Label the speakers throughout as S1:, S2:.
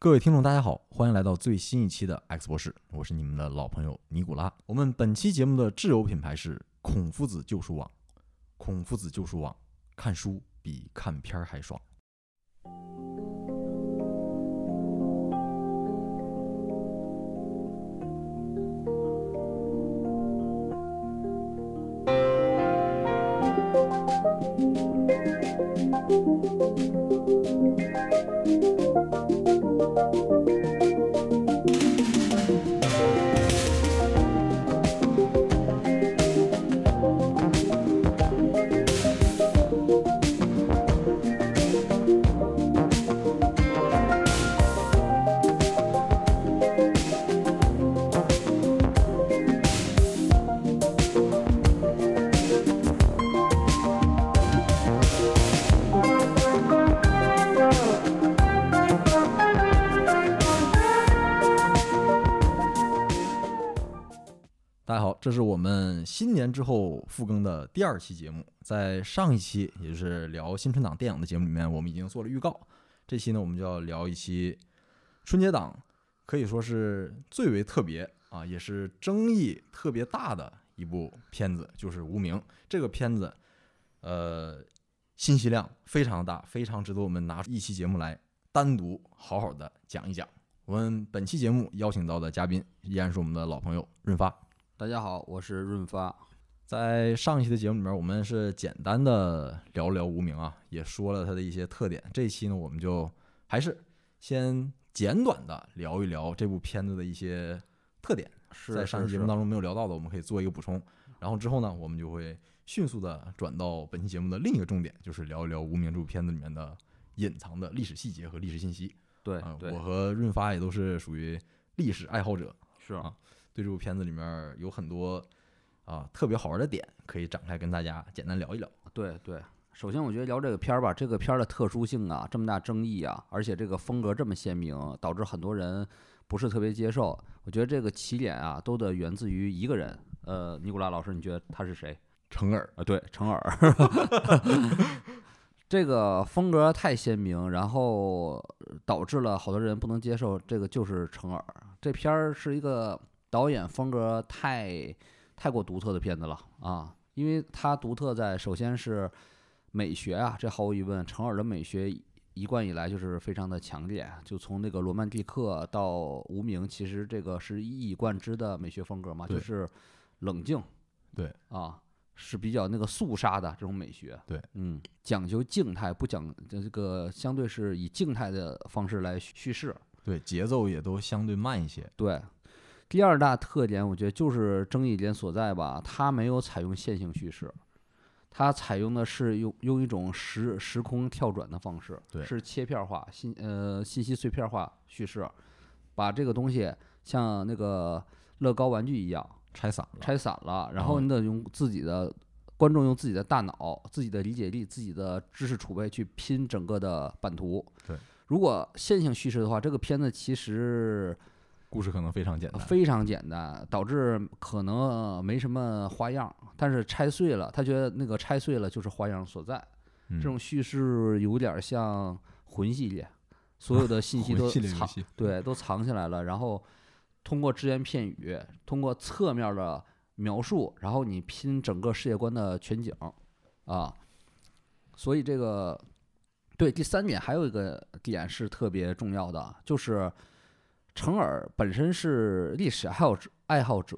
S1: 各位听众，大家好，欢迎来到最新一期的 X 博士，我是你们的老朋友尼古拉。我们本期节目的挚友品牌是孔夫子旧书网，孔夫子旧书网，看书比看片儿还爽。大家好，这是我们新年之后复更的第二期节目。在上一期，也就是聊新春档电影的节目里面，我们已经做了预告。这期呢，我们就要聊一期春节档，可以说是最为特别啊，也是争议特别大的一部片子，就是《无名》。这个片子，呃，信息量非常大，非常值得我们拿出一期节目来单独好好的讲一讲。我们本期节目邀请到的嘉宾依然是我们的老朋友润发。
S2: 大家好，我是润发。
S1: 在上一期的节目里面，我们是简单的聊聊无名啊，也说了它的一些特点。这一期呢，我们就还是先简短的聊一聊这部片子的一些特点，
S2: 是
S1: 在上期
S2: 是
S1: 节目
S2: 是
S1: 当中没有聊到的，我们可以做一个补充。然后之后呢，我们就会迅速的转到本期节目的另一个重点，就是聊一聊《无名》这部片子里面的隐藏的历史细节和历史信息。
S2: 对
S1: 啊、
S2: 对
S1: 我和润发也都是属于历史爱好者，
S2: 是
S1: 啊对这部片子里面有很多啊特别好玩的点，可以展开跟大家简单聊一聊。
S2: 对对。首先，我觉得聊这个片儿吧，这个片儿的特殊性啊，这么大争议啊，而且这个风格这么鲜明，导致很多人不是特别接受。我觉得这个起点啊，都得源自于一个人。呃，尼古拉老师，你觉得他是谁？
S1: 成耳，
S2: 啊，对，成耳。 这个风格太鲜明，然后导致了好多人不能接受。这个就是成耳，这片儿是一个导演风格太太过独特的片子了啊！因为它独特在首先是美学啊，这毫无疑问，成耳的美学一贯以来就是非常的强烈。啊就从那个罗曼蒂克到无名，其实这个是一以贯之的美学风格嘛，就
S1: 对
S2: 是冷静，
S1: 对
S2: 啊，是比较那个肃杀的这种美学。
S1: 对，
S2: 嗯，讲究静态，不讲这个相对是以静态的方式来叙叙事。
S1: 对节奏也都相对慢一些。
S2: 对，第二大特点我觉得就是争议点所在吧，它没有采用线性叙事。它采用的是用用一种时时空跳转的方式，
S1: 对
S2: 是切片化信呃信息碎片化叙事，把这个东西像那个乐高玩具一样，
S1: 拆散了，
S2: 拆散了，然
S1: 然
S2: 后
S1: 后
S2: 你得用自己的观众用自己的大脑、自己的理解力、自己的知识储备去拼整个的版图。
S1: 对，
S2: 如果线性叙事的话，这个片子其实
S1: 故事可能非常简单。
S2: 非常简单，导致可能没什么花样。但是拆碎了，他觉得那个拆碎了就是花样所在。
S1: 嗯
S2: 这种叙事有点像魂系列，所有的信息都
S1: 系列游
S2: 藏
S1: 戏，
S2: 对，都藏起来了。然后通过只言片语，通过侧面的描述，然后你拼整个世界观的全景啊。所以这个对第三点还有一个点是特别重要的，就是成尔本身是历史爱好者。爱好者，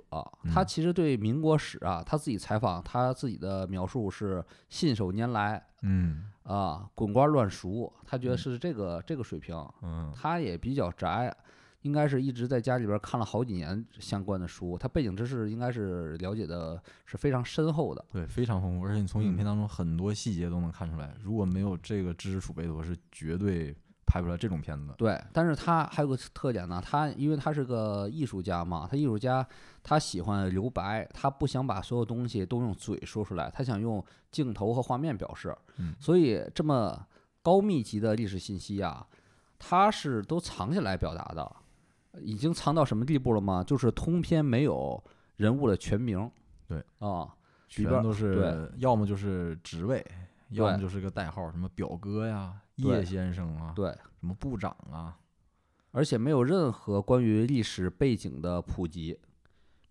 S2: 他
S1: 嗯
S2: 其实对民国史啊，他自己采访，他自己的描述是信手拈来
S1: 嗯
S2: 啊，滚瓜乱熟，他觉得
S1: 嗯
S2: 是这个这个水平，
S1: 嗯，
S2: 他也比较宅，应该是一直在家里边看了好几年相关的书，他背景知识应该是了解的是非常深厚的。
S1: 对，非常丰富，而且你从影片当中很多细节都能看出来。如果没有这个知识储备的话，是绝对拍不出来这种片子的。
S2: 对，但是他还有个特点呢，他因为他是个艺术家嘛，他艺术家他喜欢留白，他不想把所有东西都用嘴说出来，他想用镜头和画面表示。
S1: 嗯
S2: 所以这么高密集的历史信息啊，它是都藏起来表达的，已经藏到什么地步了吗？就是通篇没有人物的全名。
S1: 对
S2: 啊、里
S1: 全
S2: 边儿
S1: 都是
S2: 对
S1: 要么就是职位，要么
S2: 对
S1: 就是个代号，什么表哥呀、
S2: 对
S1: 叶先生啊，
S2: 对，
S1: 什么部长啊，
S2: 而且没有任何关于历史背景的普及。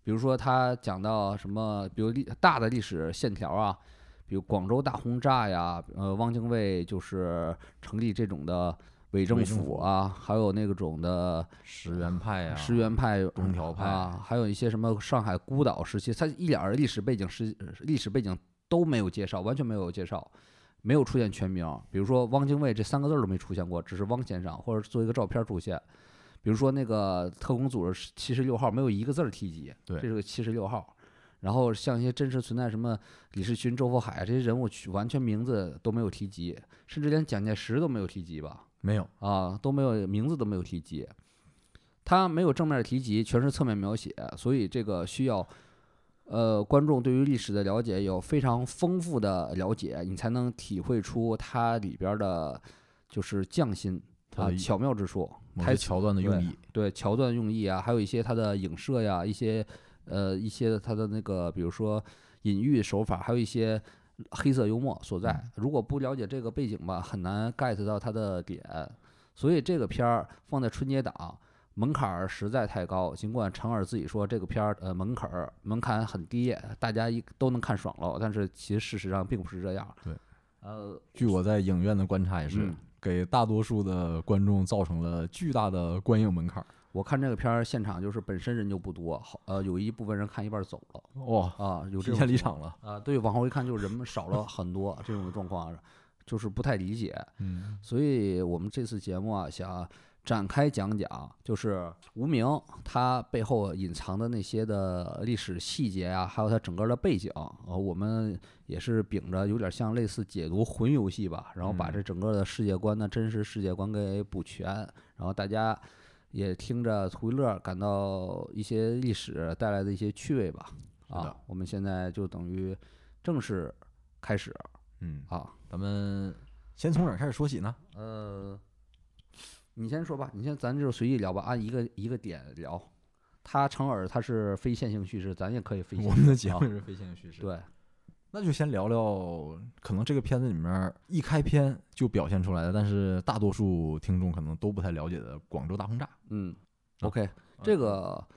S2: 比如说，他讲到什么，比如历大的历史线条啊，比如广州大轰炸呀，呃，汪精卫就是成立这种的伪政
S1: 伪政
S2: 府
S1: 府
S2: 啊，还有那个种的
S1: 石原派呀、
S2: 石原派、
S1: 东条派
S2: 啊，还有一些什么上海孤岛时期，它一点儿历史背景是历史背景都没有介绍，完全没有介绍，没有出现全名。比如说汪精卫这三个字儿都没出现过，只是汪先生或者做一个照片出现。比如说那个特工组织七十六号，没有一个字儿提及，
S1: 对
S2: 这是个七十六号。然后像一些真实存在什么李世群、周佛海这些人物，完全名字都没有提及，甚至连蒋介石都没有提及吧。
S1: 没有，
S2: 啊，都没有名字都没有提及，他没有正面提及，全是侧面描写，所以这个需要，呃，观众对于历史的了解有非常丰富的了解，你才能体会出它里边儿的，就是匠心
S1: 它
S2: 啊
S1: 的
S2: 巧妙之处，
S1: 某
S2: 台
S1: 些
S2: 词
S1: 桥段的用意，
S2: 对桥段用意啊，还有一些它的影射呀，一些呃一些它的那个，比如说隐喻手法，还有一些黑色幽默所在。
S1: 嗯
S2: 如果不了解这个背景吧，很难 get 到它的点。所以这个片儿放在春节档门槛儿实在太高。尽管成尔自己说这个片儿呃门槛儿门槛很低，大家一都能看爽了，但是其实事实上并不是这样。
S1: 对，
S2: 呃，
S1: 据我在影院的观察也是，
S2: 嗯
S1: 给大多数的观众造成了巨大的观影门槛儿。
S2: 我看这个片儿现场就是本身人就不多，好呃有一部分人看一半儿走了。
S1: 哇、
S2: 啊，有这
S1: 提
S2: 种
S1: 前离
S2: 情况
S1: 场了。
S2: 啊，对，往后一看就是人们少了很多这种状况，啊就是不太理解。
S1: 嗯，
S2: 所以我们这次节目啊，想展开讲讲，就是无名它背后隐藏的那些的历史细节啊，还有它整个的背景啊，呃我们也是秉着有点像类似解读魂游戏吧，然后把
S1: 嗯
S2: 这整个的世界观的真实世界观给补全，然后大家。也听着图一乐，感到一些历史带来的一些趣味吧。
S1: 是的
S2: 啊，我们现在就等于正式开始
S1: 嗯，
S2: 啊。
S1: 咱们先从哪儿开始说起呢？
S2: 呃，你先说吧，你先咱就随意聊吧，按一个一个点聊。他成尔他是非线性叙事，咱也可以非线
S1: 我
S2: 性。
S1: 们的节目
S2: 啊
S1: 是非线性叙事，，
S2: 对，
S1: 那就先聊聊可能这个片子里面一开篇就表现出来的，但是大多数听众可能都不太了解的广州大轰炸。
S2: 嗯，OK，这
S1: 啊
S2: 个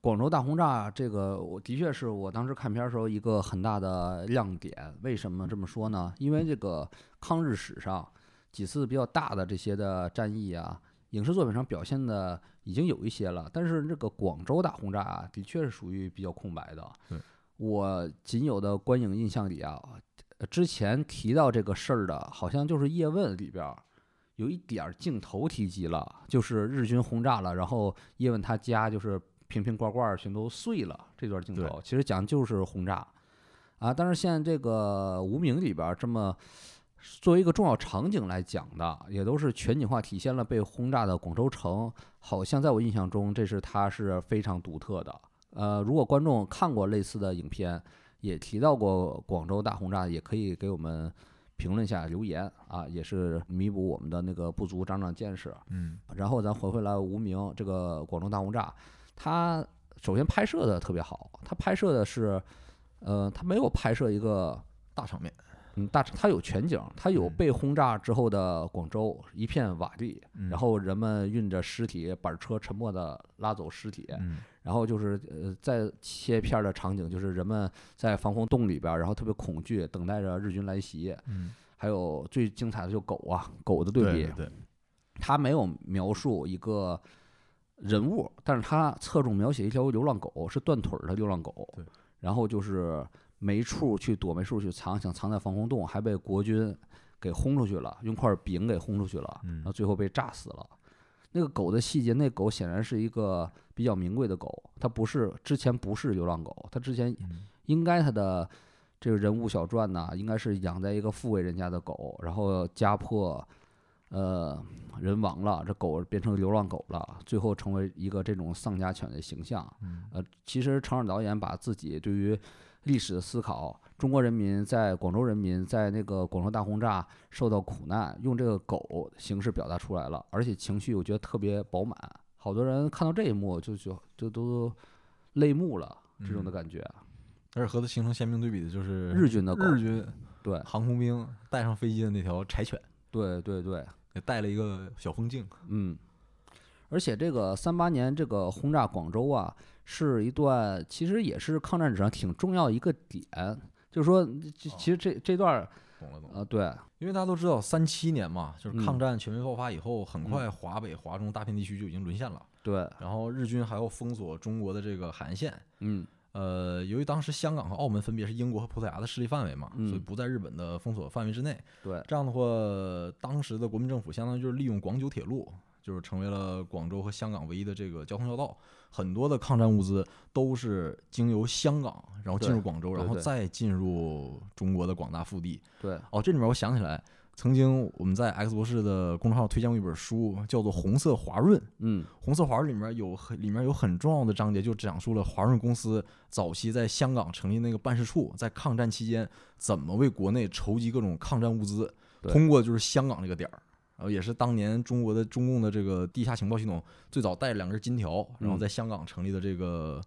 S2: 广州大轰炸，这个我的确是我当时看片儿时候一个很大的亮点。为什么这么说呢？因为这个抗日史上几次比较大的这些的战役啊，影视作品上表现的已经有一些了，但是这个广州大轰炸啊，的确是属于比较空白的
S1: 对。
S2: 我仅有的观影印象里啊，呃之前提到这个事儿的，好像就是《叶问》里边儿有一点儿镜头提及了，就是日军轰炸了，然后叶问他家就是瓶瓶罐罐儿全都碎了，这段镜
S1: 对
S2: 头其实讲就是轰炸啊。但是现在这个《无名》里边儿这么作为一个重要场景来讲的，也都是全景化体现了被轰炸的广州城。好像在我印象中，这是它是非常独特的。呃，如果观众看过类似的影片，也提到过广州大轰炸，也可以给我们评论一下留言啊，也是弥补我们的那个不足，长长见识。
S1: 嗯，
S2: 然后咱回回来无名这个广州大轰炸，它首先拍摄的特别好，它拍摄的是，呃，它没有拍摄一个
S1: 大场面，
S2: 嗯，大城它有全景，它有
S1: 嗯
S2: 被轰炸之后的广州，一片瓦砾，
S1: 嗯
S2: 然后人们运着尸体，板车沉默的拉走尸体，
S1: 嗯，
S2: 然后就是呃，再切片儿的场景就是人们在防空洞里边儿，然后特别恐惧，等待着日军来袭，
S1: 嗯，
S2: 还有最精彩的就是狗啊，狗的
S1: 对
S2: 比，
S1: 对，
S2: 他没有描述一个人物，但是他侧重描写一条流浪狗，是断腿儿的流浪狗
S1: 对，
S2: 然后就是没处去躲，没处去藏，想藏在防空洞，还被国军给轰出去了，用块饼给轰出去了，
S1: 嗯
S2: 然后最后被炸死了。那个狗的细节，那狗显然是一个比较名贵的狗，它不是之前不是流浪狗，它之前
S1: 嗯
S2: 应该它的这个人物小传呢，应该是养在一个富贵人家的狗，然后家破，呃，人亡了，这狗变成流浪狗了，最后成为一个这种丧家犬的形象。
S1: 嗯
S2: 呃，其实成尔导演把自己对于历史的思考，中国人民在广州人民在那个广州大轰炸受到苦难，用这个狗形式表达出来了，而且情绪我觉得特别饱满。好多人看到这一幕就就就都泪目了，这种的
S1: 嗯
S2: 感觉。
S1: 而且和它形成鲜明对比的就是
S2: 日军的狗，
S1: 日军
S2: 对
S1: 航空兵带上飞机的那条柴犬，
S2: 对对对，
S1: 也带了一个小风镜。
S2: 嗯。而且这个三八年这个轰炸广州啊，是一段其实也是抗战史上挺重要一个点，就是说，其
S1: 哦
S2: 其实这这段儿
S1: 懂了懂了。
S2: 呃，对，
S1: 因为大家都知道，三七年嘛，就是抗
S2: 嗯
S1: 战全面爆发以后，很快华北、华中大片地区就已经沦陷了，
S2: 对，
S1: 然后日军还要封锁中国的这个海岸线。
S2: 嗯
S1: 呃，由于当时香港和澳门分别是英国和葡萄牙的势力范围嘛，所以
S2: 嗯
S1: 不在日本的封锁范围之内。
S2: 对，
S1: 这样的话，当时的国民政府相当于就是利用广九铁路，就是成为了广州和香港唯一的这个交通要道。很多的抗战物资都是经由香港，然后进入
S2: 对
S1: 广州，
S2: 对
S1: 然后
S2: 对
S1: 再进入中国的广大腹地。
S2: 对，
S1: 哦，这里面我想起来，曾经我们在 X 博士的公众号推荐过一本书，叫做《红色华润》。
S2: 嗯
S1: 《红色华润》里面有很里面有很重要的章节，就讲述了华润公司早期在香港成立那个办事处，在抗战期间怎么为国内筹集各种抗战物资，
S2: 对
S1: 通过就是香港这个点儿。然后也是当年中国的中共的这个地下情报系统最早带着两根金条，然后
S2: 嗯
S1: 在香港成立的这个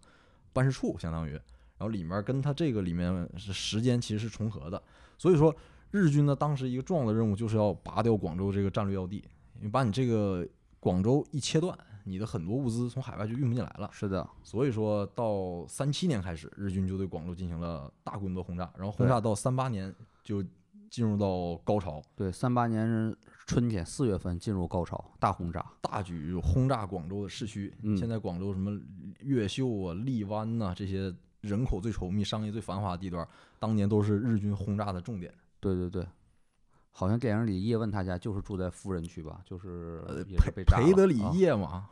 S1: 办事处，相当于，然后里面跟他这个里面是时间其实是重合的，所以说日军呢当时一个重要的任务就是要拔掉广州这个战略要地，因为把你这个广州一切断，你的很多物资从海外就运不进来了。
S2: 是的，
S1: 所以说到三七年开始，日军就对广州进行了大规模的轰炸，然后轰炸到三八年就进入到高潮，
S2: 对，三八年春天四月份进入高潮，大轰炸，
S1: 大举轰炸广州的市区。
S2: 嗯
S1: 现在广州什么越秀啊、荔湾呐、这些人口最稠密、商业最繁华的地段，当年都是日军轰炸的重点。
S2: 对对对，好像电影里叶问他家就是住在富人区吧，就是
S1: 呃，
S2: 也
S1: 培
S2: 是被炸
S1: 培
S2: 了
S1: 德里
S2: 啊
S1: 叶 嘛，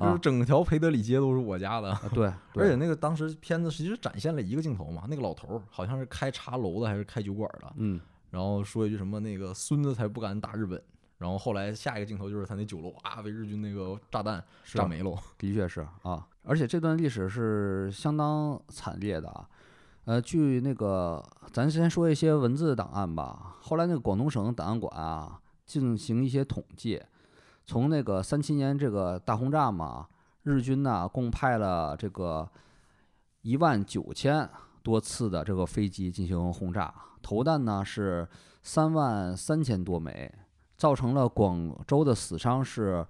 S1: 就是整条培德里街都是我家的。
S2: 啊，对，
S1: 而
S2: 对
S1: 且那个当时片子其实展现了一个镜头嘛，那个老头儿好像是开茶楼的还是开酒馆的，
S2: 嗯，
S1: 然后说一句什么那个孙子才不敢打日本，然后后来下一个镜头就是他那酒楼啊被日军那个炸弹
S2: 是
S1: 炸没了，
S2: 的确是啊，而且这段历史是相当惨烈的啊。呃，据那个，咱先说一些文字档案吧。后来那个广东省档案馆啊，进行一些统计，从那个三七年这个大轰炸嘛，日军呢、共派了这个一万九千多次的这个飞机进行轰炸，投弹呢是三万三千多枚，造成了广州的死伤是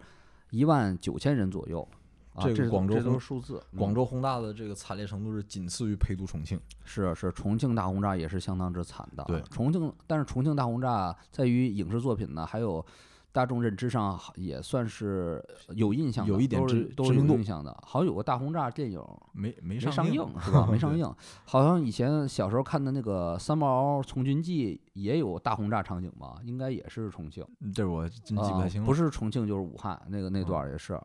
S2: 一万九千人左右。啊，
S1: 这个
S2: 这是
S1: 广州
S2: 这都
S1: 轰
S2: 是数字。嗯
S1: 广
S2: 州
S1: 州轰炸的这个惨烈程度是仅次于陪都重庆，
S2: 是是重庆大轰炸也是相当之惨的啊。
S1: 对
S2: 重庆，但是重庆大轰炸在于影视作品呢，还有大众认知上也算是有印象的，
S1: 有一点
S2: 都是
S1: 知
S2: 都
S1: 知
S2: 是有
S1: 名度
S2: 印象的。好像有个大轰炸电影
S1: 没没
S2: 没
S1: 上
S2: 上
S1: 映
S2: 是吧？没上
S1: 对
S2: 映，好像以前小时候看的那个《三毛从军记》也有大轰炸场景吧？应该也是重庆，
S1: 嗯这我真记不太
S2: 啊
S1: 清了，
S2: 不
S1: 是
S2: 是重庆就是武汉那个那
S1: 嗯
S2: 段儿也是，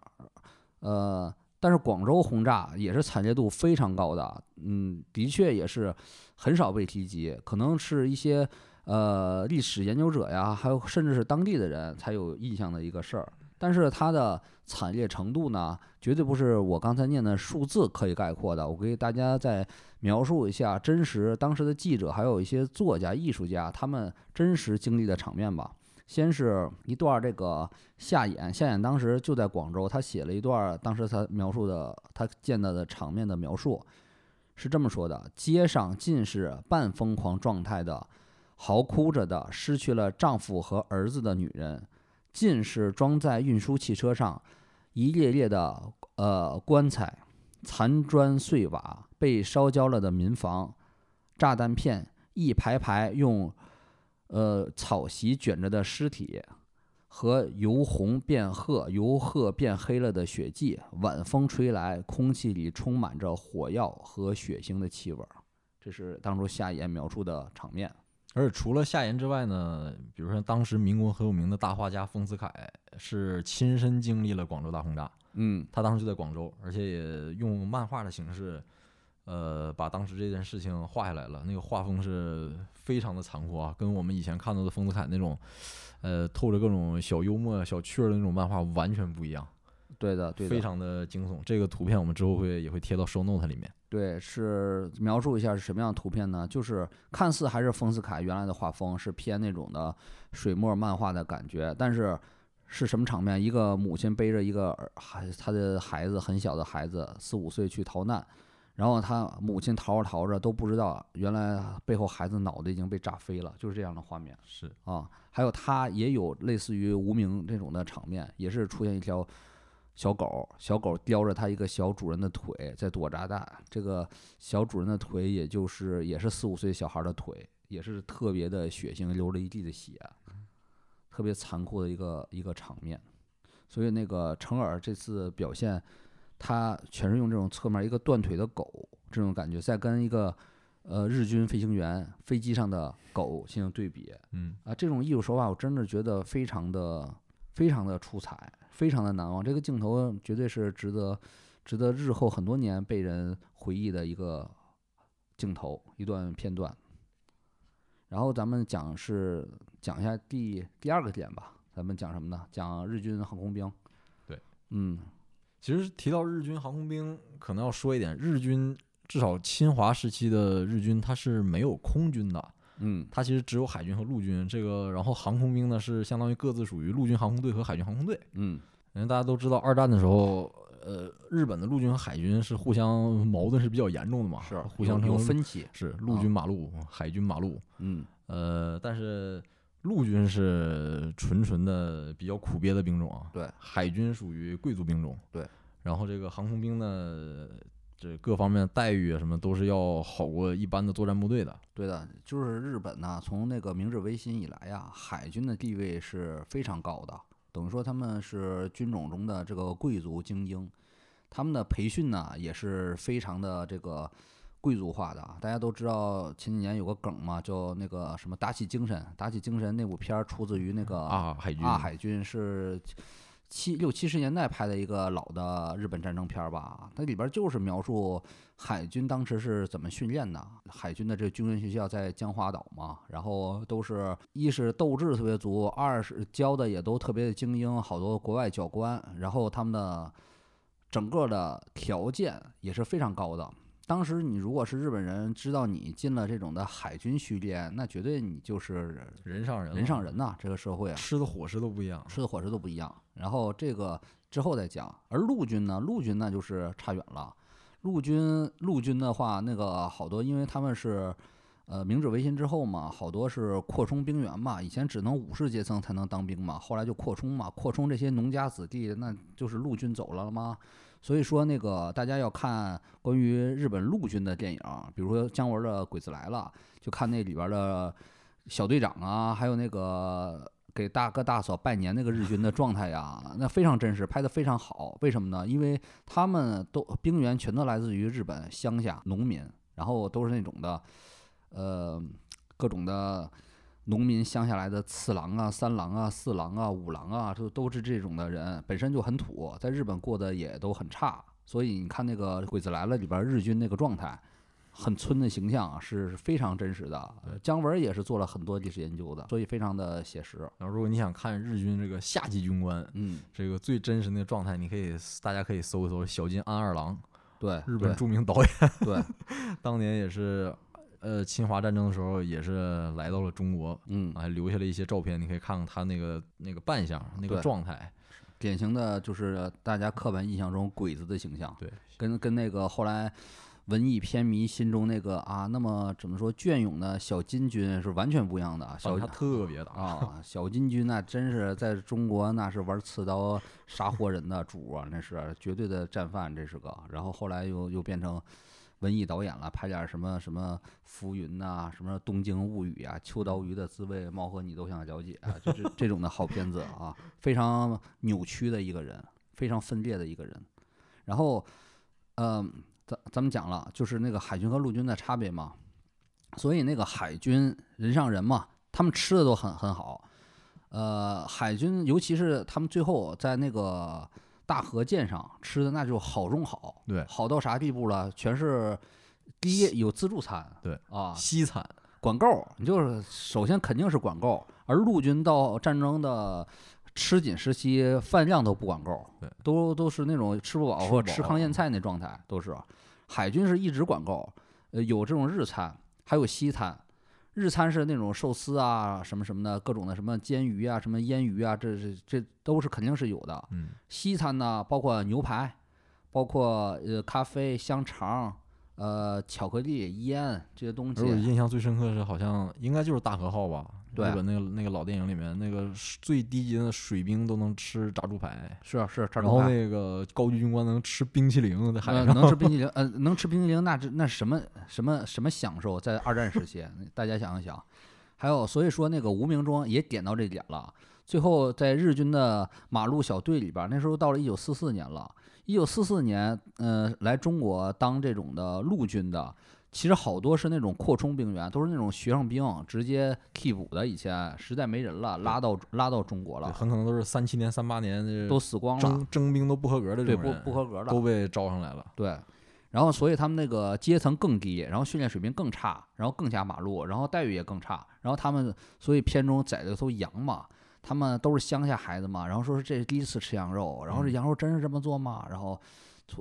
S2: 呃，但是广州轰炸也是惨烈度非常高的，嗯，的确也是很少被提及，可能是一些呃历史研究者呀，还有甚至是当地的人才有印象的一个事儿。但是它的惨烈程度呢，绝对不是我刚才念的数字可以概括的。我给大家再描述一下真实当时的记者，还有一些作家、艺术家他们真实经历的场面吧。先是一段这个夏衍，夏衍当时就在广州，他写了一段当时他描述的他见到的场面的描述，是这么说的：街上尽是半疯狂状态的、嚎哭着的、失去了丈夫和儿子的女人，尽是装在运输汽车上一列列的呃棺材、残砖碎瓦、被烧焦了的民房、炸弹片一排排用呃草席卷着的尸体和由红变褐、由褐变黑了的血迹，晚风吹来，空气里充满着火药和血腥的气味儿。这是当初夏衍描述的场面。
S1: 而且除了夏言之外呢，比如说当时民国很有名的大画家丰子恺是亲身经历了广州大轰炸，
S2: 嗯，
S1: 他当时就在广州，而且也用漫画的形式，呃，把当时这件事情画下来了。那个画风是非常的残酷啊，跟我们以前看到的丰子恺那种，呃，透着各种小幽默、小趣儿的那种漫画完全不一样，
S2: 对的，对的，
S1: 非常的惊悚。这个图片我们之后会也会贴到 show note 里面。
S2: 对，是描述一下是什么样的图片呢？就是看似还是丰子恺原来的画风，是偏那种的水墨漫画的感觉，但是是什么场面？一个母亲背着一个儿孩，她的孩子很小的孩子，四五岁去逃难，然后她母亲逃着逃着都不知道，原来背后孩子脑袋已经被炸飞了，就是这样的画面。
S1: 是
S2: 啊，还有他也有类似于无名这种的场面，也是出现一条小狗，小狗叼着它一个小主人的腿在躲炸弹，这个小主人的腿也就是也是四五岁小孩的腿，也是特别的血腥，流了一地的血，特别残酷的一个一个场面。所以那个成尔这次表现，他全是用这种侧面一个断腿的狗这种感觉，在跟一个呃日军飞行员飞机上的狗进行对比
S1: 嗯
S2: 啊，这种艺术手法我真的觉得非常的非常的出彩，非常的难忘。这个镜头绝对是值得值得日后很多年被人回忆的一个镜头一段片段。然后咱们讲是讲一下第第二个点吧，咱们讲什么呢？讲日军航空兵。
S1: 对，
S2: 嗯，
S1: 其实提到日军航空兵，可能要说一点，日军至少侵华时期的日军，它是没有空军的，
S2: 嗯，
S1: 它其实只有海军和陆军。这个，然后航空兵呢是相当于各自属于陆军航空队和海军航空队。
S2: 嗯，
S1: 因为大家都知道，二战的时候，呃，日本的陆军和海军是互相矛盾是比较严重的嘛，
S2: 是
S1: 啊互相
S2: 有
S1: 称
S2: 有
S1: 为
S2: 分啊歧。
S1: 是陆军马路、海军马路。
S2: 嗯
S1: 呃，但是陆军是纯纯的比较苦逼的兵种啊，
S2: 对，
S1: 海军属于贵族兵种，
S2: 对，
S1: 然后这个航空兵呢，这各方面待遇啊什么都是要好过一般的作战部队的，
S2: 对的，就是日本呐，从那个明治维新以来呀，海军的地位是非常高的，等于说他们是军种中的这个贵族精英，他们的培训呢也是非常的这个贵族化的啊。大家都知道前几年有个梗嘛，叫那个什么“打起精神”，“打起精神”那部片儿出自于那个
S1: 啊，海军，
S2: 啊，海军是七六七十年代拍的一个老的日本战争片儿吧，它里边儿就是描述海军当时是怎么训练的。海军的这个军人学校在江华岛嘛，然后都是一是斗志特别足，二是教的也都特别的精英，好多国外教官，然后他们的整个的条件也是非常高的。当时你如果是日本人，知道你进了这种的海军序列，那绝对你就是
S1: 人上人，
S2: 人上，人呐、这个社会啊。
S1: 吃的伙食都不一样，
S2: 吃的伙食都不一样。然后这个之后再讲。而陆军呢，陆军那就是差远了。陆军陆军的话，那个好多，因为他们是呃明治维新之后嘛，好多是扩充兵员嘛，以前只能武士阶层才能当兵嘛，后来就扩充嘛，扩充这些农家子弟，那就是陆军走了了吗？所以说，那个大家要看关于日本陆军的电影，比如说姜文的《鬼子来了》，就看那里边的小队长啊，还有那个给大哥大嫂拜年那个日军的状态呀，那非常真实，拍得非常好。为什么呢？因为他们都兵员全都来自于日本乡下农民，然后都是那种的，呃，各种的农民乡下来的次郎啊、三郎啊、四郎啊、五郎啊，都都是这种的人，本身就很土，在日本过得也都很差。所以你看那个《鬼子来了》里边日军那个状态，很村的形象啊是非常真实的。呃姜文也是做了很多历史研究的，所以非常的写实。
S1: 然后如果你想看日军这个下级军官。
S2: 嗯，
S1: 这个最真实的状态，你可以大家可以搜一搜小津安二郎，
S2: 对，
S1: 日本
S2: 对
S1: 著名导演。
S2: 对，嗯
S1: 当年也是，呃，侵华战争的时候也是来到了中国，
S2: 嗯，
S1: 还留下了一些照片，你可以看看他那个那个扮相、那个
S2: 对
S1: 状态。
S2: 典型的就是大家刻板印象中鬼子的形象，
S1: 对，
S2: 跟跟那个后来文艺片迷心中那个啊，那么怎么说隽永的小金军是完全不一样的啊，
S1: 反
S2: 小
S1: 差特别大。
S2: 啊，小金军那真是在中国那是玩刺刀杀活人的主啊，那是绝对的战犯，这是个。然后后来又又变成文艺导演了，拍点什么什么浮云呐、什么东京物语啊，秋刀鱼的滋味，猫和你都想了解啊，就是这种的好片子啊，非常扭曲的一个人，非常分裂的一个人。然后，嗯，咱咱们讲了，就是那个海军和陆军的差别嘛。所以那个海军人上人嘛，他们吃的都很很好。呃，海军尤其是他们最后在那个大河舰上吃的那就好中好，
S1: 对
S2: 好到啥地步了？全是第一有自助餐，
S1: 对
S2: 啊，
S1: 西餐，
S2: 管够，你就是首先肯定是管够，而陆军到战争的吃紧时期，饭量都不管够
S1: 对，
S2: 都都是那种吃不饱
S1: 吃不
S2: 或者吃
S1: 饱啊
S2: 糠咽菜那状态，都是。海军是一直管够，呃，有这种日餐，还有西餐。日餐是那种寿司啊，什么什么的，各种的什么煎鱼啊，什么腌鱼啊，这这这都是肯定是有的。
S1: 嗯，
S2: 西餐呢，包括牛排，包括呃咖啡、香肠、呃巧克力、烟这些东
S1: 而我
S2: 西。
S1: 哎印象最深刻的是，好像应该就是大和号吧，
S2: 对
S1: 日本那个那个老电影里面，那个水最低级的水兵都能吃炸猪排，
S2: 是是，
S1: 然
S2: 然
S1: 后那个高级军官能吃冰淇淋在 海
S2: 呃，
S1: 上，
S2: 能吃冰激凌，呃，能吃冰激凌，那这那什么什么什么享受，在二战时期，大家想一想。还有，所以说那个无名中也点到这点了。最后，在日军的马路小队里边儿，那时候到了一九四四年了。一九四四年，呃，来中国当这种的陆军的，其实好多是那种扩充兵员，都是那种学生兵，直接替补的。以前实在没人了，拉到拉到中国
S1: 对
S2: 了，
S1: 很可能都是三七年、三八年这
S2: 都死光了
S1: 征，征兵都不合格的这
S2: 对，
S1: 种
S2: 不
S1: 人，
S2: 不合格了，
S1: 都被招上来了。
S2: 对，然后所以他们那个阶层更低，然后训练水平更差，然后更加马路，然后待遇也更差，然后他们所以片中宰的都羊嘛，他们都是乡下孩子嘛，然后说是这是第一次吃羊肉，然后这
S1: 嗯
S2: 羊肉真是这么做吗？然后。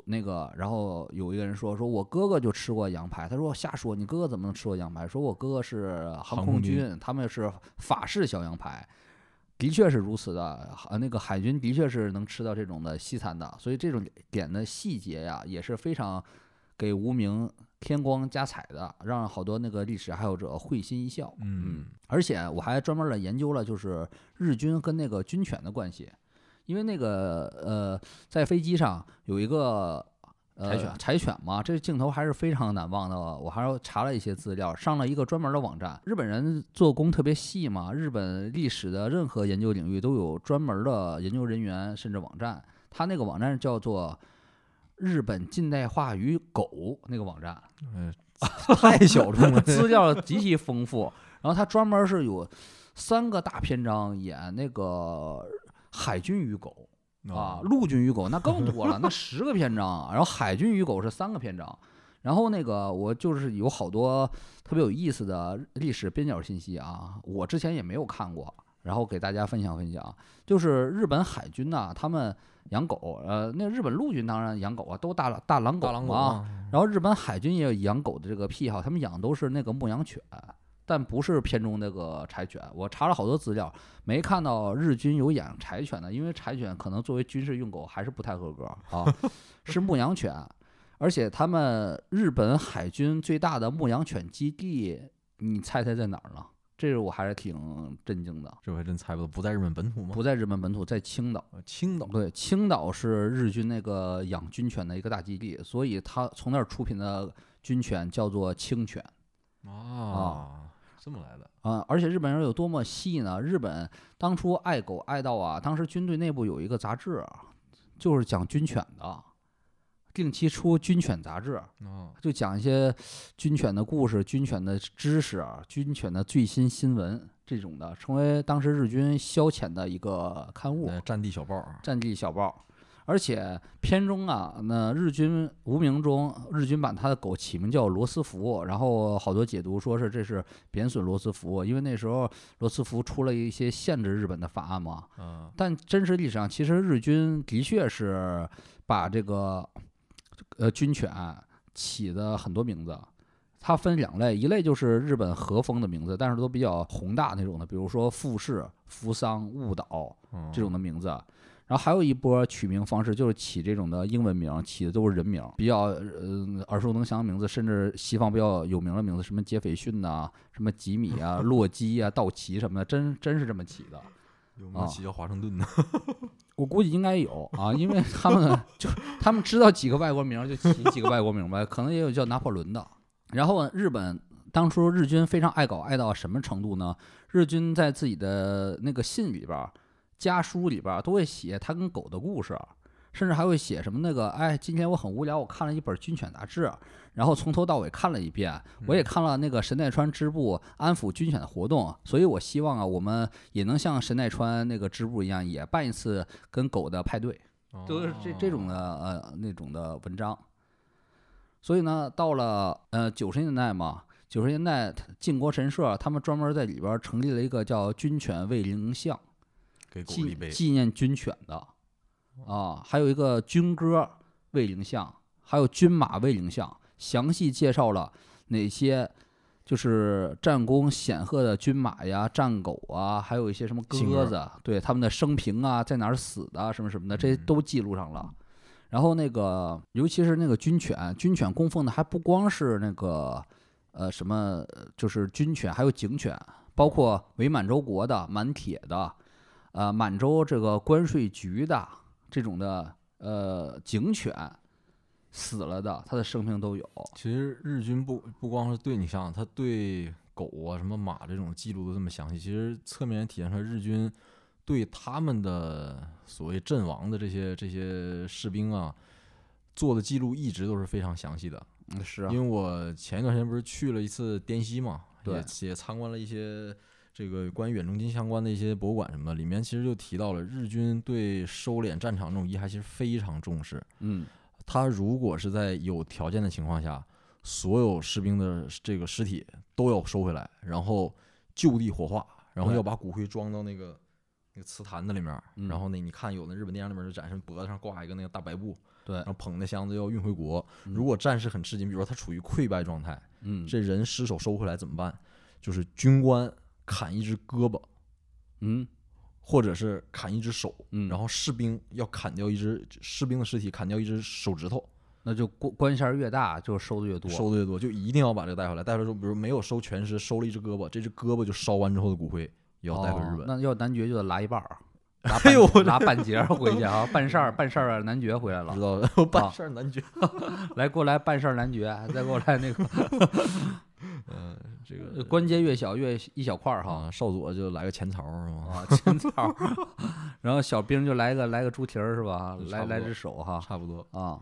S2: 那个，然后有一个人说，说我哥哥就吃过羊排，他说瞎说，你哥哥怎么能吃过羊排？说我哥哥是航
S1: 航
S2: 空
S1: 空军
S2: 军，他们是法式小羊排，的确是如此的，呃，那个海军的确是能吃到这种的西餐的，所以这种点的细节呀，也是非常给无名添光加彩的，让好多那个历史爱好者会心一笑。
S1: 嗯，
S2: 而且我还专门的研究了，就是日军跟那个军犬的关系，因为那个呃，在飞机上有一个。
S1: 柴
S2: 呃
S1: 犬
S2: 柴犬嘛，这镜头还是非常难忘的。我还要查了一些资料，上了一个专门的网站。日本人做工特别细嘛，日本历史的任何研究领域都有专门的研究人员甚至网站。他那个网站叫做“日本近代化与狗”那个网站，
S1: 呃太小众了，
S2: 资料极其丰富。然后他专门是有三个大篇章演那个海军与狗啊，陆军与狗那更多了，那十个篇章啊。然后海军与狗是三个篇章。然后那个我就是有好多特别有意思的历史边角信息啊，我之前也没有看过，然后给大家分享分享。就是日本海军呐、他们养狗，呃，那日本陆军当然养狗啊，都大大狼狗
S1: 大狼狗啊
S2: 嘛
S1: 嘛，
S2: 然后日本海军也有养狗的这个癖好，他们养都是那个牧羊犬，但不是片中那个柴犬。我查了好多资料，没看到日军有养柴犬的，因为柴犬可能作为军事用狗还是不太合格啊， 是牧羊犬。而且他们日本海军最大的牧羊犬基地，你猜猜在哪儿呢？这是我还是挺震惊的，
S1: 这回真猜不到，不在日本本土吗？
S2: 不在日本本土，在青岛。
S1: 呃青岛
S2: 对，青岛是日军那个养军犬的一个大基地，所以它从那儿出品的军犬叫做青犬
S1: 啊，这么来的，
S2: 啊、而且日本人有多么细呢？日本当初爱狗爱到啊，当时军队内部有一个杂志，就是讲军犬的，定期出军犬杂志，
S1: 啊，
S2: 就讲一些军犬的故事、军犬的知识、啊军犬的最新新闻这种的，成为当时日军消遣的一个刊物。
S1: 那战地小报啊，
S2: 战地小报。而且片中啊，那日军无名中日军把他的狗起名叫罗斯福，然后好多解读说是这是贬损罗斯福，因为那时候罗斯福出了一些限制日本的法案嘛。
S1: 嗯，
S2: 但真实历史上，其实日军的确是把这个呃军犬起的很多名字，它分两类，一类就是日本和风的名字，但是都比较宏大那种的，比如说富士、扶桑、误导，
S1: 嗯
S2: 这种的名字。啊然后还有一波取名方式，就是起这种的英文名，起的都是人名，比较呃耳熟能详的名字，甚至西方比较有名的名字，什么杰斐逊呐、什么吉米啊、洛基啊、道奇什么的，真真是这么起的。
S1: 嗯有没有
S2: 啊
S1: 起叫华盛顿的？
S2: 我估计应该有啊，因为他们就他们知道几个外国名儿就起几个外国名呗，可能也有叫拿破仑的。然后日本当初日军非常爱搞，爱到什么程度呢？日军在自己的那个信里边儿、家书里边儿都会写他跟狗的故事，甚至还会写什么那个，哎，今天我很无聊，我看了一本军犬杂志，然后从头到尾看了一遍，我也看了那个神奈川支部安抚军犬的活动，所以我希望啊，我们也能像神奈川那个支部一样，也办一次跟狗的派对。
S1: 哦
S2: 都是
S1: 啊
S2: 这这种的呃那种的文章。所以呢，到了呃九十年代嘛，九十年代靖国神社他们专门在里边儿成立了一个叫军犬慰灵像，
S1: 给狗立
S2: 纪
S1: 碑，
S2: 纪念军犬的啊，还有一个军歌卫灵像，还有军马卫灵像，详细介绍了哪些就是战功显赫的军马呀、战狗啊，还有一些什么
S1: 信鸽
S2: 鸽子，对他们的生平啊，在哪儿死的啊什么什么的，这些都记录上了。然后那个，尤其是那个军犬，军犬供奉的还不光是那个，呃，什么，呃就是军犬，还有警犬，包括伪满洲国的、满铁的，呃，满洲这个关税局的这种的呃警犬死了的，它的生平都有。
S1: 其实日军不不光是对你想想，他对狗啊、什么马这种记录都这么详细，其实侧面体现出来日军对他们的所谓阵亡的这些这些士兵啊，做的记录一直都是非常详细的。
S2: 嗯是啊
S1: 因，为我前一段时间不是去了一次滇西嘛，
S2: 对
S1: 也也参观了一些这个关于远征军相关的一些博物馆什么的，里面其实就提到了日军对收敛战场这种遗骸其实非常重视。
S2: 嗯，
S1: 他如果是在有条件的情况下，所有士兵的这个尸体都要收回来，然后就地火化，然后
S2: 对
S1: 要把骨灰装到那个那个瓷坛子里面。
S2: 嗯
S1: 然后呢，你看有的日本电影里面就展示脖子上挂一个那个大白布，
S2: 对
S1: 然，后捧着箱子要运回国。
S2: 嗯
S1: 如果战士很吃惊，比如说他处于溃败状态，
S2: 嗯，
S1: 这人尸首收回来怎么办？就是军官砍一只胳膊，
S2: 嗯
S1: 或者是砍一只手，
S2: 嗯，
S1: 然
S2: 后
S1: 后士兵要砍掉一只士兵的尸体，砍掉一只手指头。
S2: 那就官官衔儿越大，就收的越多。
S1: 收的越多，就一定要把这个带回来。带回来之后，比如没有收全尸，收了一只胳膊，这只胳膊就烧完之后的骨灰也要带回日
S2: 哦
S1: 本。
S2: 那要男爵就得拿一半 儿，拿
S1: 哎呦
S2: 半拿半截儿回去啊，办 事儿办事儿啊，男爵回来
S1: 不知
S2: 了，
S1: 道了，
S2: 啊
S1: 办事儿难 决。
S2: 来过来办事儿，男爵再过来那个
S1: 嗯，这
S2: 呃
S1: 个
S2: 关节越小越一小块儿哈
S1: 啊，少佐就来个前槽是吗？
S2: 啊，青草儿， 然后小兵就来个来个猪蹄儿是吧
S1: 就？差
S2: 来
S1: 不
S2: 来
S1: 多
S2: 只手哈
S1: 差不多。
S2: 啊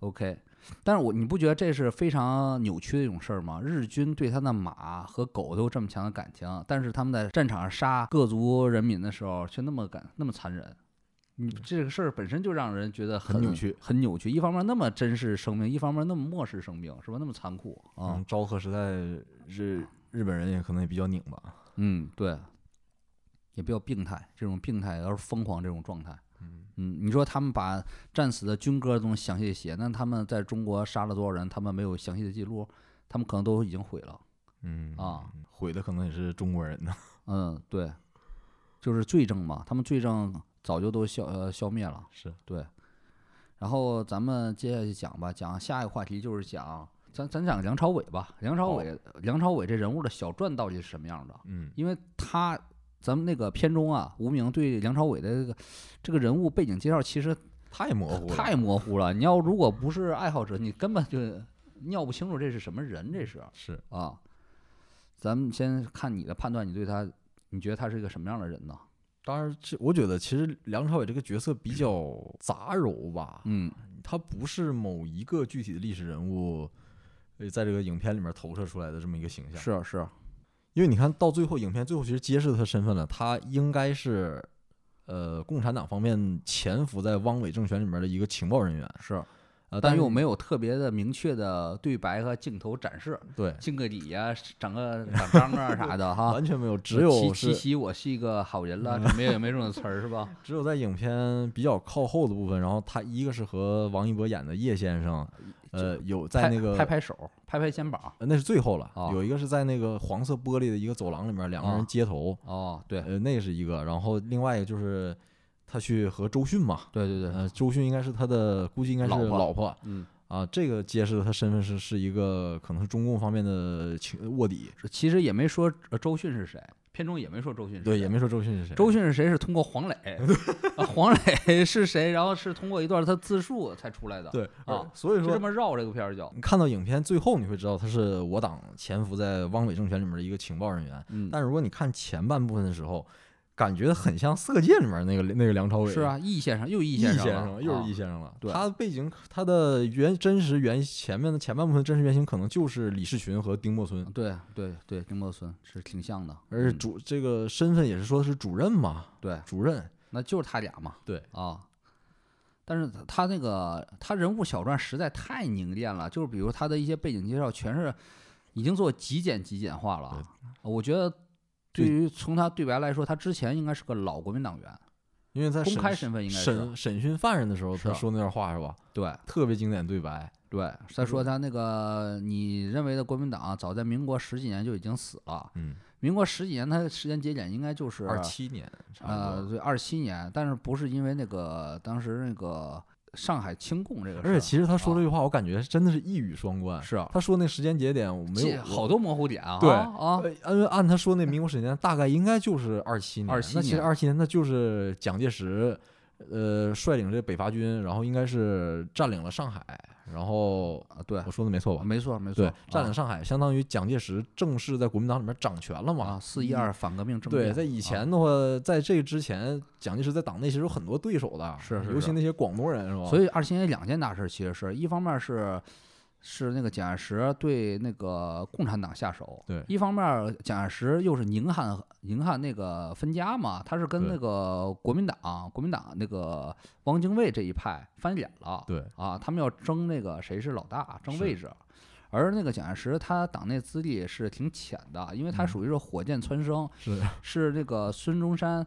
S2: ，OK。但是我你不觉得这是非常扭曲的一种事儿吗？日军对他的马和狗都有这么强的感情，但是他们在战场上杀各族人民的时候却那么感那么残忍。你这个事儿本身就让人觉得
S1: 很扭曲，
S2: 很扭曲。一方面那么珍视生命，一方面那么漠视生命，是吧？那么残酷啊
S1: 嗯，，昭和时代日日本人也可能也比较拧吧。
S2: 嗯，对，也比较病态，这种病态而疯狂这种状态。
S1: 嗯，
S2: 嗯，你说他们把战死的军歌都能详细地写，那他们在中国杀了多少人？他们没有详细的记录，他们可能都已经毁了。
S1: 嗯
S2: 啊，
S1: 毁的可能也是中国人呢。
S2: 嗯，对，就是罪证嘛，他们罪证早就都消呃消灭了。
S1: 是，
S2: 对。然后咱们接下去讲吧，讲下一个话题就是讲咱咱讲梁朝伟吧。梁朝
S1: 好
S2: 伟，梁朝伟这人物的小传到底是什么样的？
S1: 嗯
S2: 因为他咱们那个片中啊，无名对梁朝伟的这个这个人物背景介绍其实
S1: 太模糊了，
S2: 太模糊了。你要如果不是爱好者，你根本就尿不清楚这是什么人，这是
S1: 是
S2: 啊。咱们先看你的判断，你对他，你觉得他是一个什么样的人呢？
S1: 当然，这我觉得其实梁朝伟这个角色比较杂糅吧，
S2: 嗯
S1: 他不是某一个具体的历史人物，呃，在这个影片里面投射出来的这么一个形象。
S2: 是啊是啊，
S1: 因为你看到最后，影片最后其实揭示他身份了，他应该是，呃，共产党方面潜伏在汪伪政权里面的一个情报人员。
S2: 是啊，
S1: 呃，
S2: 但
S1: 但
S2: 又
S1: 又
S2: 没有特别的明确的对白和镜头展示，
S1: 对，
S2: 敬个礼呀、整个长章 啊啥的哈。呃
S1: 完全没有，只有
S2: 七七
S1: 是
S2: 夕我是一个好人 了，这没有没这种词儿是吧？
S1: 只有在影片比较靠后的部分，然后他一个是和王一博演的叶先生，呃，有在
S2: 拍
S1: 那个
S2: 拍拍手，拍拍肩膀。
S1: 呃，那是最后了。
S2: 哦
S1: 有一个是在那个黄色玻璃的一个走廊里面，两个
S2: 哦
S1: 人接头，
S2: 哦，对
S1: 呃，那是一个。然后另外一个就是他去和周迅嘛，
S2: 对对嗯对，
S1: 呃，周迅应该是他的，估计应该是
S2: 老婆
S1: 老婆
S2: 嗯，
S1: 啊。这个揭示了他身份是是一个可能是中共方面的情卧底，
S2: 是其实也没说呃周迅是谁，片中也没说周迅是谁。
S1: 对，也没说周迅是谁。
S2: 周迅是谁是通过 黄磊，啊黄磊是谁，然后是通过一段他自述才出来的。，
S1: 对
S2: 啊，
S1: 所以
S2: 就这
S1: 说
S2: 么绕这个片儿叫。
S1: 你看到影片最后，你会知道他是我党潜伏在汪伪政权里面的一个情报人员。
S2: 嗯，
S1: 但如果你看前半部分的时候，感觉很像《色戒》里面那个那个梁朝伟，
S2: 是啊，易先生又易
S1: 易
S2: 先
S1: 先
S2: 生
S1: 生
S2: 了，
S1: 又
S2: 啊
S1: 是易先生了。
S2: 对
S1: 他的背景，他的原真实原前面的前半部分真实原型可能就是李士群和丁默村，
S2: 对对对，丁默孙是挺像的，
S1: 而
S2: 嗯
S1: 主这个身份也是说是主任嘛，
S2: 对，
S1: 主任。
S2: 那就是他俩嘛。
S1: 对
S2: 啊，但是他他那个他人物小传实在太凝练了，就是比如他的一些背景介绍全是已经做极简极简化了啊。我觉得对
S1: 对
S2: 于从他对白来说，他之前应该是个老国民党员，
S1: 因为在
S2: 公
S1: 审
S2: 开身份应该是
S1: 审审讯犯人的时候，
S2: 是
S1: 他
S2: 啊
S1: 说那段话是吧？
S2: 对
S1: 特别经典对白。
S2: 对。再说他那个你认为的国民党，啊早在民国十几年就已经死了，
S1: 嗯，
S2: 民国十几年他的时间节点应该就是
S1: 二七年差不
S2: 呃，
S1: 多。
S2: 对，二七年，但是不是因为那个当时那个上海清共这个事儿，
S1: 而且其实他说
S2: 啊
S1: 这句话，我感觉真的是一语双关。
S2: 是啊，
S1: 他说那时间节点，我没
S2: 这
S1: 有
S2: 好多模糊点啊，
S1: 对
S2: 啊，
S1: 呃，按按他说那民国时间，大概应该就是二七年。
S2: 27
S1: 那其实
S2: 年
S1: 二七年，那就是蒋介石，呃，率领这北伐军，然后应该是占领了上海，然后
S2: 啊对
S1: 我，说的没错吧？
S2: 没错没错，
S1: 对，占领
S2: 啊
S1: 上海，相当于蒋介石正式在国民党里面掌权了嘛
S2: 啊，。四一二反革命政变，
S1: 嗯对，在以
S2: 啊
S1: 前的话，在这之前，蒋介石在党内其实有很多对手的，
S2: 是是
S1: 尤其
S2: 是
S1: 那些广东人是吧？
S2: 所
S1: 以
S2: 以二七年两件大事，其实是一方面是是那个蒋介石对那个共产党下手，
S1: 对
S2: 一方面儿蒋介石又是宁汉宁汉那个分家嘛，他是跟
S1: 对
S2: 那个国民党国民党那个汪精卫这一派翻脸了，
S1: 对
S2: 啊，他们要争那个谁是老大，争
S1: 是
S2: 位置。而那个蒋介石，他党内资历是挺浅的，因为他
S1: 嗯
S2: 属于是火箭蹿升，
S1: 是
S2: 是这个孙中山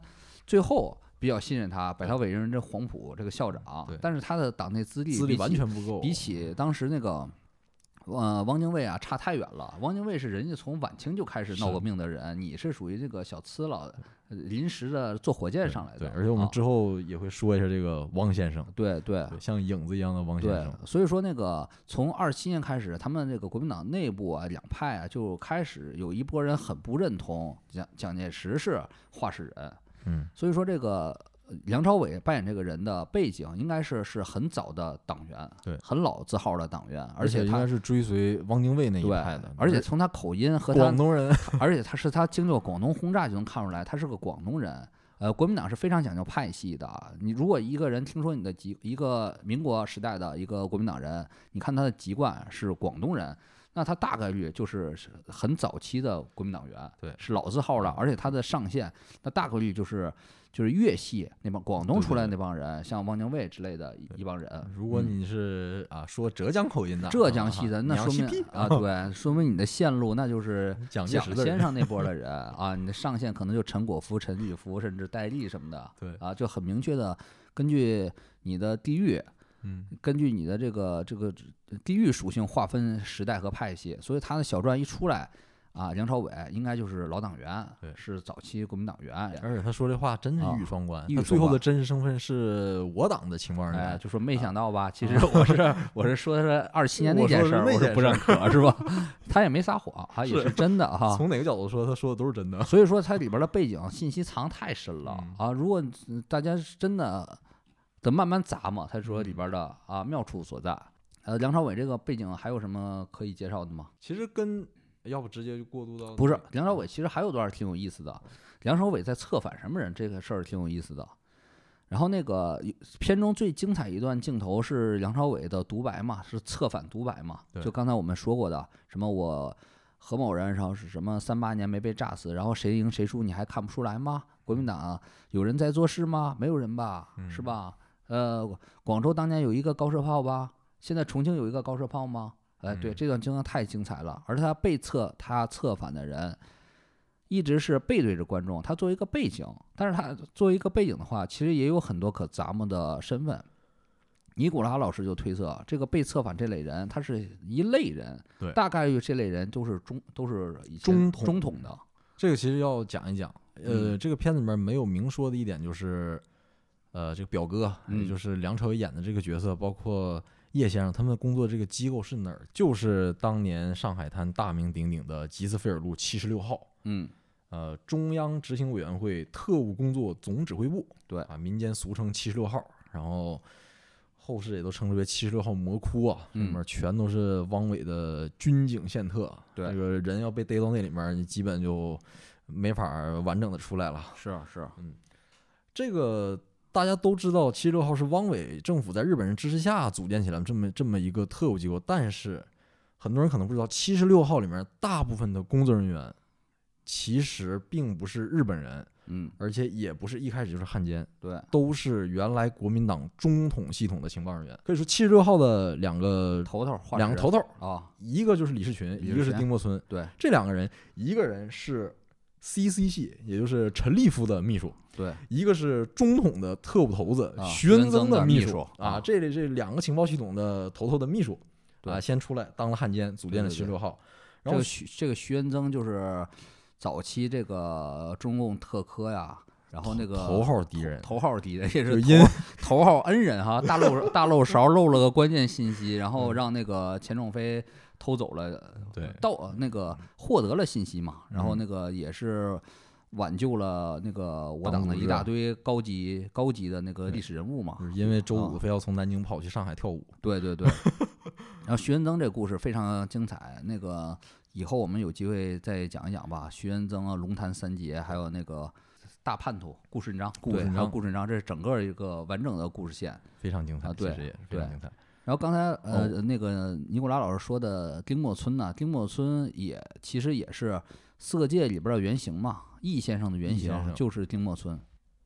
S2: 最后比较信任他，把他委任这黄埔这个校长
S1: 对。
S2: 但是他的党内资历
S1: 资
S2: 比
S1: 历完
S2: 起
S1: 全不够，嗯
S2: 比起当时那个。呃，汪精卫啊，差太远了。汪精卫是人家从晚清就开始闹
S1: 是
S2: 革命的人，你是属于这个小刺了，呃临时的坐火箭
S1: 对
S2: 上来的。
S1: 对，而且我们
S2: 啊
S1: 之后也会说一下这个汪先生，
S2: 对对
S1: 对，像影子一样的汪先
S2: 对
S1: 生，，
S2: 所以说那个从二七年开始，他们这个国民党内部啊，两派啊，就开始有一波人很不认同蒋蒋介石是话事人，
S1: 嗯，
S2: 所以说这个呃梁朝伟扮演这个人的背景应该是是很早的党员，
S1: 对
S2: 很老字号的党员，而
S1: 而
S2: 且
S1: 应该
S2: 他。
S1: 是追随汪精卫那一
S2: 对
S1: 派的，，
S2: 而且从他口音和他嗯
S1: 广，东人
S2: 而且他是他经历过广东轰炸就能看出来，他是个广东人。呃，国民党是非常讲究派系的啊。你如果一个人听说你的籍，一个民国时代的一个国民党人，你看他的籍贯是广东人，那他大概率就是是很早期的国民党员，
S1: 对
S2: 是老字号了，而且他的上限，那大概率就是就是粤系那帮广东
S1: 对对
S2: 出来
S1: 对
S2: 那帮人，像汪精卫之类的一一帮人。
S1: 如果
S2: 嗯
S1: 你是啊说浙江口音的，
S2: 浙江系的，那
S1: 啊
S2: 说
S1: 你要
S2: 明
S1: 西
S2: 啊，对，说明你的线路那就是
S1: 屁蒋介
S2: 蒋
S1: 石的
S2: 先
S1: 人，
S2: 生那 波的人啊，你的上线可能就陈果夫、陈立夫，甚至戴笠什么的，
S1: 对
S2: 啊，就很明确的根据你的地域，
S1: 嗯，
S2: 根据你的这个这个地域属性划分时代和派系，所以他的小传一出来啊，梁朝伟应该就是老党员
S1: 对，
S2: 是早期国民党员，
S1: 而且他说这话真是
S2: 啊
S1: 一语双关，
S2: 一
S1: 他
S2: 语
S1: 最
S2: 双
S1: 后的
S2: 关
S1: 真实身份是我党的情报人
S2: 哎，
S1: 员，
S2: 就说没想到吧？其实 我是我是说的是二七年那
S1: 啊我说
S2: 件
S1: 的
S2: 事
S1: 是
S2: 儿，
S1: 那
S2: 我是
S1: 件
S2: 不
S1: 事
S2: 认可是吧？ 他也没撒谎， 他也
S1: 是
S2: 是真的啊哈。
S1: 从哪个角度说，他说的都是真的，
S2: 所以说它里边的背景信息藏太深了啊！如果嗯大家是真的得慢慢砸嘛，才说里边的啊妙处所在。呃，梁朝伟这个背景还有什么可以介绍的吗？
S1: 其实跟要不直接就过渡到
S2: 不是
S1: 那个，
S2: 梁朝伟其实还有段挺有意思的。梁朝伟在策反什么人这个事儿挺有意思的。然后那个片中最精彩一段镜头是梁朝伟的独白嘛，是策反独白嘛，
S1: 对
S2: 就刚才我们说过的什么我何某人，然后是什么三八年没被炸死，然后谁赢谁输你还看不出来吗？国民党有人在做事吗？没有人吧，是
S1: 嗯
S2: 吧？呃，广州当年有一个高射炮吧，现在重庆有一个高射炮吗？哎，对，
S1: 嗯
S2: 这段经历太精彩了。而他被策他策反的人，一直是背对着观众，他作为一个背景，但是他作为一个背景的话，其实也有很多可咂摸的身份。尼古拉老师就推测，这个被策反这类人，他是一类人，
S1: 对
S2: 大概率这类人都是中都是以前
S1: 中统
S2: 中统的，
S1: 这个其实要讲一讲，呃，
S2: 嗯
S1: 这个片子里面没有明说的一点就是，呃，这个表哥，也
S2: 嗯
S1: 就是梁朝伟演的这个角色，包括叶先生，他们工作这个机构是哪儿？就是当年上海滩大名鼎鼎的吉斯菲尔路七十六号，
S2: 嗯，
S1: 呃，中央执行委员会特务工作总指挥部，
S2: 对
S1: 啊，民间俗称七十六号，然后后世也都称之为七十六号魔窟啊，里
S2: 嗯
S1: 面全都是汪伪的军警线特，
S2: 对
S1: 这个人要被逮到那里面，你基本就没法儿完整的出来了。
S2: 是
S1: 啊
S2: 是，
S1: 这个大家都知道，七十六号是汪伪政府在日本人支持下组建起来这么这么一个特务机构，但是很多人可能不知道，七十六号里面大部分的工作人员其实并不是日本人，
S2: 嗯，
S1: 而且也不是一开始就是汉奸，
S2: 对，
S1: 都是原来国民党中统系统的情报人员。可以说，七十六号的两个
S2: 头头画
S1: 两个头头，
S2: 啊、
S1: 一个就是李士群，
S2: 李
S1: 一
S2: 士
S1: 个是
S2: 群
S1: 丁默村，
S2: 对
S1: 这两个人，一个人是 CC 系，也就是陈立夫的秘书。
S2: 对，
S1: 一个是中统的特务头子
S2: 啊
S1: 徐
S2: 徐
S1: 恩
S2: 恩
S1: 增
S2: 增的
S1: 秘
S2: 秘
S1: 书
S2: 书
S1: 啊，
S2: 啊
S1: 这里这两个情报系统的头头的秘书
S2: 对
S1: 啊，先出来当了汉奸，组建了
S2: 对对
S1: 七十六号。
S2: 这
S1: 然后
S2: 个徐这个徐恩增就是早期这个中共特科呀，然后那个
S1: 头号敌人，
S2: 头号敌人也
S1: 就是因
S2: 头头号恩人哈，大漏大漏勺漏了个关键信息，然后让那个钱仲飞偷走了，
S1: 嗯对
S2: 盗那个获得了信息嘛，然后
S1: 嗯
S2: 那个也是挽救了那个我党
S1: 党
S2: 的
S1: 组
S2: 一
S1: 织
S2: 大
S1: 啊
S2: 堆高级高级的那个历史人物嘛
S1: 就，是因为周
S2: 啊
S1: 五非要从南京跑去上海跳舞，
S2: 对对对，然后徐恩增这故事非常精彩，那个以后我们有机会再讲一讲吧。徐恩增啊，龙潭三杰，还有那个大叛徒顾顺章，
S1: 顾
S2: 对
S1: 顺
S2: 还有
S1: 章
S2: 顾顺章，这是整个一个完整的故事线。
S1: 非常精彩，
S2: 啊对
S1: 其实也是非
S2: 对
S1: 常精彩。
S2: 然后刚才呃、
S1: 哦
S2: 那个尼古拉老师说的丁默村呢，丁默村也其实也是四个界里边的原型嘛，易先生的原
S1: 易先
S2: 型
S1: 生
S2: 就是丁默村。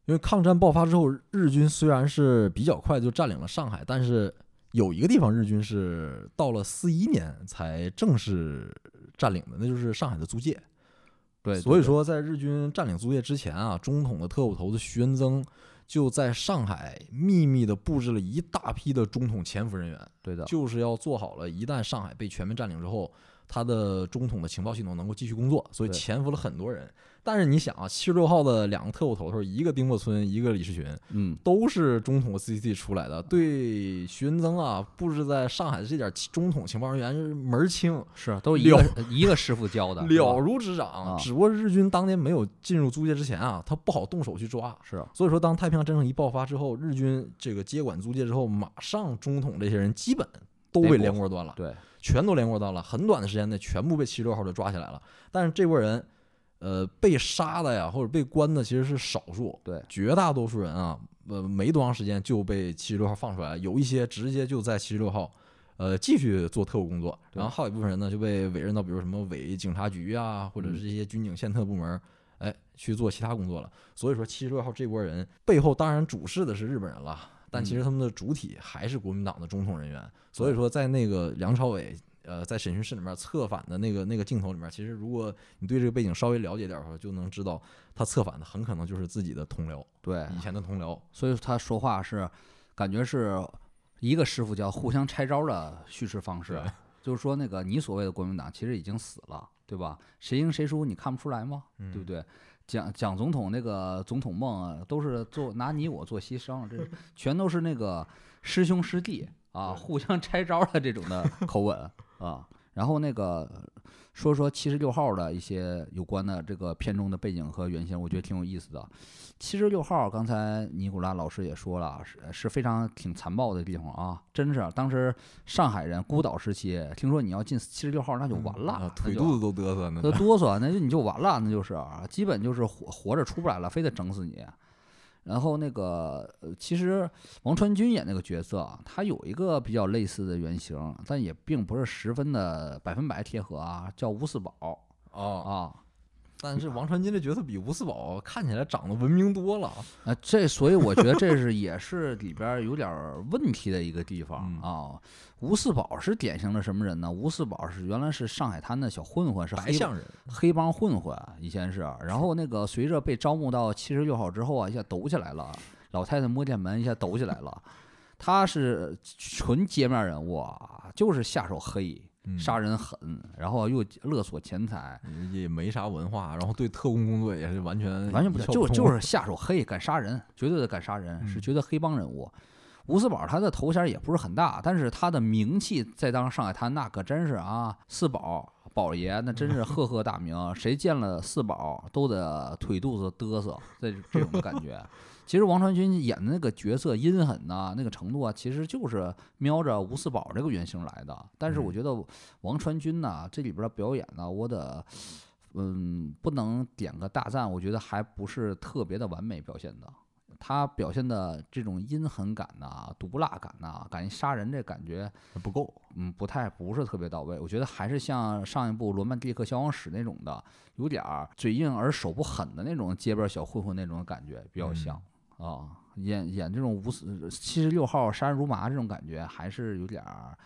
S1: 因为抗战爆发之后，日军虽然是比较快就占领了上海，但是有一个地方日军是到了四一年才正式占领的，那就是上海的租界。
S2: 对，对
S1: 所以
S2: 对
S1: 说，在日军占领租界之前啊，中统的特务头子徐恩增就在上海秘密的布置了一大批的中统潜伏人员，
S2: 对的，
S1: 就是要做好了，一旦上海被全面占领之后，他的中统的情报系统能够继续工作，所以
S2: 对
S1: 潜伏了很多人。但是你想啊，七十六号的两个特务头头，一个丁默村，一个李士群，
S2: 嗯，
S1: 都是中统 CCT 出来的，对徐恩增啊布置在上海的这点中统情报人员是门儿清，
S2: 是都一
S1: 了
S2: 个一个师傅教的，是吧
S1: 了如指掌。
S2: 啊
S1: 只不过日军当年没有进入租界之前啊，他不好动手去抓。
S2: 是
S1: 所以说，当太平洋战争一爆发之后，日军这个接管租界之后，马上中统这些人基本都被
S2: 被
S1: 连锅端了。
S2: 对，
S1: 全都连锅端了，很短的时间内全部被七十六号就抓起来了。但是这波人，呃，被杀的呀，或者被关的其实是少数，
S2: 对
S1: 绝大多数人啊，呃，没多长时间就被七十六号放出来了，有一些直接就在七十六号。呃，继续做特务工作，
S2: 对
S1: 然后还有一部分人呢就被委任到，比如什么伪警察局啊，或者是一些军警宪特部门儿，哎，去做其他工作了。所以说，七十六号这波人背后当然主事的是日本人了，但其实他们的主体还是国民党的中统人员。所以说，在那个梁朝伟呃，在审讯室里面策反的那个那个镜头里面，其实如果你对这个背景稍微了解点儿的话，就能知道他策反的很可能就是自己的同僚，
S2: 对，
S1: 以前的同僚。
S2: 所以他说话是感觉是一个师傅叫互相拆招的叙事方式
S1: 对，
S2: 就是说那个你所谓的国民党其实已经死了，对吧？谁赢谁输你看不出来吗？
S1: 嗯
S2: 对不对？蒋蒋总统那个总统梦啊都是做拿你我做牺牲，这 是全都是那个师兄师弟啊，互相拆招的这种 的口吻啊。然后那个说说七十六号的一些有关的这个片中的背景和原型，我觉得挺有意思的。七十六号，刚才尼古拉老师也说了，是是非常挺残暴的地方啊，真是啊当时上海人孤岛时期，听说你要进七十六号，那就完了，
S1: 啊
S2: 那
S1: 腿
S2: 就
S1: 肚子都嘚瑟
S2: 那
S1: 呢。
S2: 哆嗦，那就你就完了，那就是啊基本就是活活着出不来了，非得整死你。然后那个，呃其实王传君演那个角色啊，他有一个比较类似的原型，但也并不是十分的百分百贴合啊，叫吴四宝
S1: 哦，
S2: 啊。
S1: 但是王传君这角色比吴四宝看起来长得文明多了。
S2: 啊，这所以我觉得这是也是里边儿有点儿问题的一个地方
S1: 嗯
S2: 啊。吴四宝是典型的什么人呢？吴四宝是原来是上海滩的小混混，是
S1: 白
S2: 黑帮
S1: 象人，
S2: 黑帮混混以前是，啊然后那个随着被招募到七十六号之后啊，一下抖起来了，老太太摸电门一下抖起来 了，他是纯街面人物啊，就是下手黑，
S1: 嗯
S2: 杀人狠，然后又勒索钱财，
S1: 也没啥文化，然后对特工工作也是完全
S2: 完全不
S1: 一
S2: 对，
S1: 窍
S2: 就
S1: 通
S2: 就是下手黑，敢杀人，绝对的敢杀人，是
S1: 嗯
S2: 绝对黑帮人物。吴四宝他的头衔也不是很大，但是他的名气在当上海滩那可真是啊，四宝宝爷那真是赫赫大名，啊谁见了四宝都得腿肚子嘚瑟，这这种的感觉。其实王传君演的那个角色阴狠呐、那个程度啊，其实就是瞄着吴四宝这个原型来的。但是
S1: 嗯
S2: 我觉得王传君呐、这里边的表演呢、我得嗯，不能点个大赞，我觉得还不是特别的完美表现的。他表现的这种阴狠感呐、毒辣感呐、敢于杀人这感觉，
S1: 不够。
S2: 嗯，不太不是特别到位。我觉得还是像上一部《罗曼蒂克消亡史》那种的，有点儿嘴硬而手不狠的那种街边小混混那种感觉比较像啊、演演这种无死七十六号杀人如麻这种感觉，还是有点儿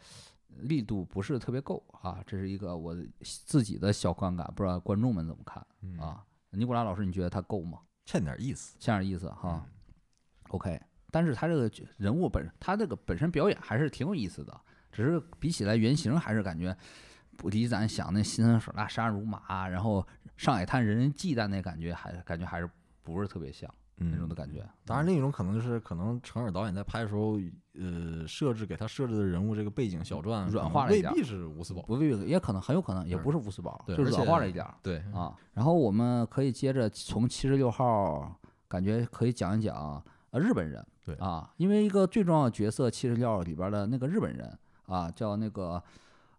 S2: 力度不是特别够啊。这是一个我自己的小观感，不知道观众们怎么看
S1: 嗯
S2: 啊？尼古拉老师，你觉得他够吗？
S1: 欠点意思。
S2: 像点意思
S1: 嗯
S2: 哈、o k 但是他这个角人物本他这个本身表演还是挺有意思的，只是比起来原型还是感觉不离咱想那心狠手辣、杀人如麻，然后上海滩人人忌惮那感觉还感觉还是不是特别像那
S1: 那
S2: 种的感觉。
S1: 嗯当然，另一种可能就是，可能成尔导演在拍的时候，呃，设置给他设置的人物这个背景小传
S2: 软
S1: 可能
S2: 化了一
S1: 未
S2: 点
S1: 必是吴四宝。
S2: 不必，也可能很有可能也
S1: 嗯
S2: 不是乌斯堡，
S1: 对嗯
S2: 就是
S1: 而
S2: 软
S1: 且
S2: 化了一点儿
S1: 对，
S2: 啊。然后我们可以接着从七十六号，感觉可以讲一讲呃日本人，
S1: 对
S2: 啊，因为一个最重要的角色七十六号里边的那个日本人啊，叫那个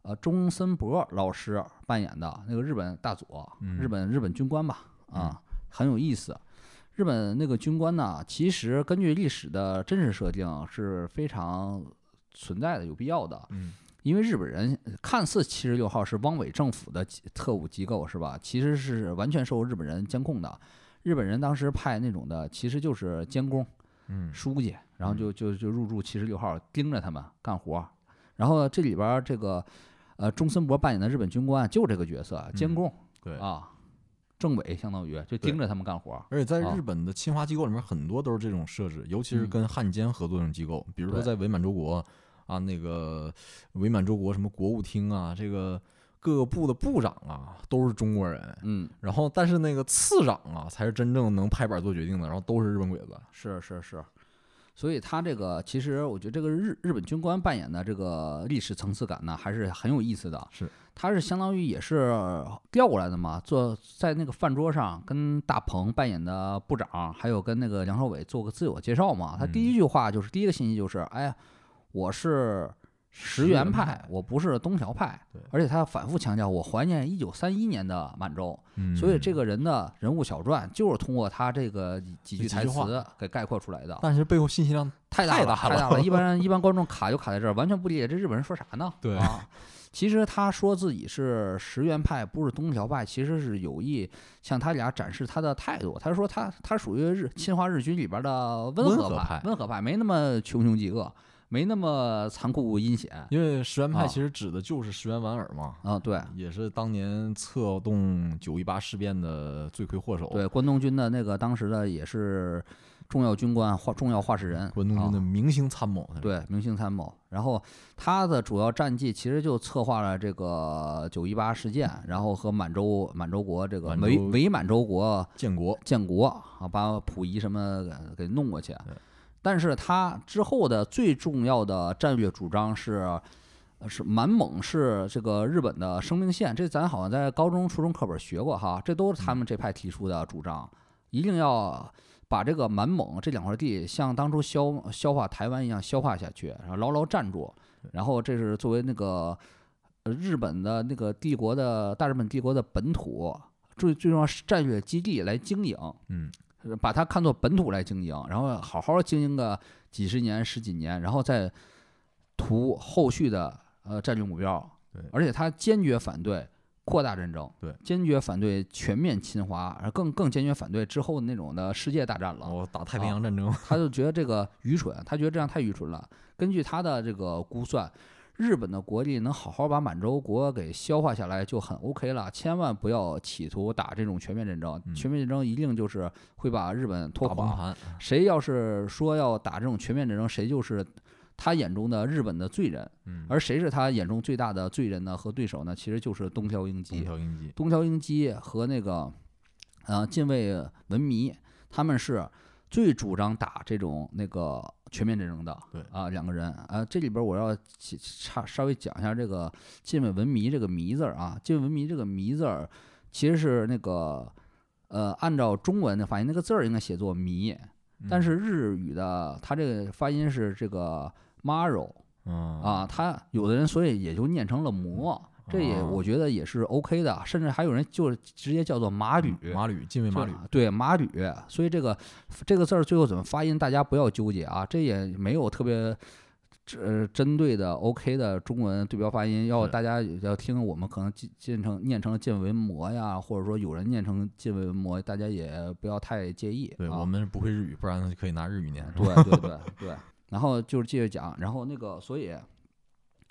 S2: 呃中森博老师扮演的那个日本大佐，日
S1: 嗯
S2: 本日本军官吧啊，很有意思。日本那个军官呢，其实根据历史的真实设定是非常存在的，有必要的。
S1: 嗯
S2: 因为日本人呃看似七十六号是汪伪政府的机特务机构是吧？其实是完全受日本人监控的。日本人当时派那种的，其实就是监工、
S1: 嗯
S2: 书记，然后就就就入驻七十六号，盯着他们干活儿。然后这里边儿这个，呃，中森博扮演的日本军官就这个角色，监
S1: 嗯
S2: 工、
S1: 对。
S2: 啊，政委相当于就盯
S1: 对
S2: 着他们干活儿。
S1: 而且在
S2: 啊
S1: 日本的侵华机构里面，很多都是这种设置，尤其是
S2: 嗯
S1: 跟汉奸合作这种机构，比如说
S2: 对
S1: 在伪满洲国啊，那个伪满洲国什么国务厅啊，这个各个部的部长啊都是中国人，
S2: 嗯，
S1: 然后但是那个次长啊才是真正能拍板做决定的，然后都是日本鬼子。
S2: 是是是，所以他这个其实我觉得这个日日本军官扮演的这个历史层次感呢，还是很有意思的。
S1: 是，
S2: 他是相当于也是调过来的嘛，坐在那个饭桌上跟大鹏扮演的部长，还有跟那个梁朝伟做个自我介绍嘛。他
S1: 嗯
S2: 第一句话就是、第一个信息就是，哎呀，我是。石
S1: 石
S2: 原
S1: 原
S2: 派，
S1: 派
S2: 我不是东条派
S1: 对，
S2: 而且他反复强调，我怀念一九三一年的满洲，
S1: 嗯
S2: 所以这个人的人物小传就是通过他这个几几句
S1: 几
S2: 台
S1: 句话
S2: 词给概括出来的，
S1: 但是背后信息量
S2: 太
S1: 太
S2: 大
S1: 大
S2: 了，太
S1: 了
S2: 大了。一般一般观众卡就卡在这儿，完全不理解这日本人说啥 呢？
S1: 对
S2: 啊，其实他说自己是石原派，不是东条派，其实是有意向他俩展示他的态度。他说他他属于日侵华日军里边的温
S1: 温
S2: 和
S1: 和
S2: 派
S1: 派，
S2: 温和派没那么穷凶极恶，没那么残酷阴险。
S1: 因为石原
S2: 啊
S1: 派其实指的就是石原莞尔嘛，
S2: 啊，对
S1: 也是当年策动九一八事变的罪魁祸首，
S2: 对，关东军的那个当时的也是重要军官、化重要话事人，
S1: 关东
S2: 啊
S1: 军的明星参谋。，
S2: 对，明星参谋。然后他的主要战绩其实就策划了这个九一八事件，然后和满洲满洲国这个
S1: 满
S2: 伪
S1: 洲
S2: 伪满洲国
S1: 建国，
S2: 建国啊，把溥仪什么给给弄过去
S1: 对。
S2: 但是他之后的最重要的战略主张是，呃是满蒙是这个日本的生命线，这咱好像在高中、初中课本学过哈，这都是他们这派提出的主张，一定要把这个满蒙这两块地像当初消消化台湾一样消化下去，然后牢牢站住，然后这是作为那个呃日本的那个帝国的大日本帝国的本土最最重要是战略基地来经营，
S1: 嗯，
S2: 呃把它看作本土来经营，然后好好经营个几十年、十几年，然后再图后续的呃战略目标。
S1: 对
S2: 而且他坚决反对扩大战争，
S1: 对，
S2: 坚决反对全面侵华，而更更坚决反对之后那种的世界大战了。
S1: 我哦打太平洋战争，
S2: 他就觉得这个愚蠢，他觉得这样太愚蠢了。根据他的这个估算，日本的国力能好好把满洲国给消化下来就很 OK 了，千万不要企图打这种全面战争，
S1: 嗯
S2: 全面战争一定就是会把日本拖
S1: 大崩
S2: 垮。
S1: 盘，
S2: 谁要是说要打这种全面战争，谁就是他眼中的日本的罪人。
S1: 嗯，
S2: 而谁是他眼中最大的罪人呢？和对手呢？其实就是东条英机
S1: 东。条英机，
S2: 东条英机和那个呃近卫文迷，他们是最主张打这种那个全面战争的。
S1: 对
S2: 啊、两个人啊、这里边我要起差稍微讲一下这个近卫文迷这个“迷”字儿啊，近卫文迷这个“迷”字儿其实是那个呃，按照中文的发音，那个字儿应该写作“迷”，
S1: 嗯
S2: 但是日语的它这个发音是这个 “maro”。
S1: 嗯
S2: 啊，他有的人所以也就念成了魔，这也
S1: 啊
S2: 我觉得也是 OK 的，啊甚至还有人就是直接叫做马吕，
S1: 嗯马吕，近卫马
S2: 是
S1: 吕，
S2: 吧对马吕，所以这个这个字儿最后怎么发音，大家不要纠结啊，这也没有特别。呃，针对的 OK 的中文对标发音，要
S1: 是
S2: 大家也要听我们可能进进成念成了见闻魔呀，或者说有人念成见闻魔，大家也不要太介意。
S1: 对
S2: 啊
S1: 我们是不会日语，不然就可以拿日语念。是吧
S2: 对对对对。然后就是继续讲，然后那个，所以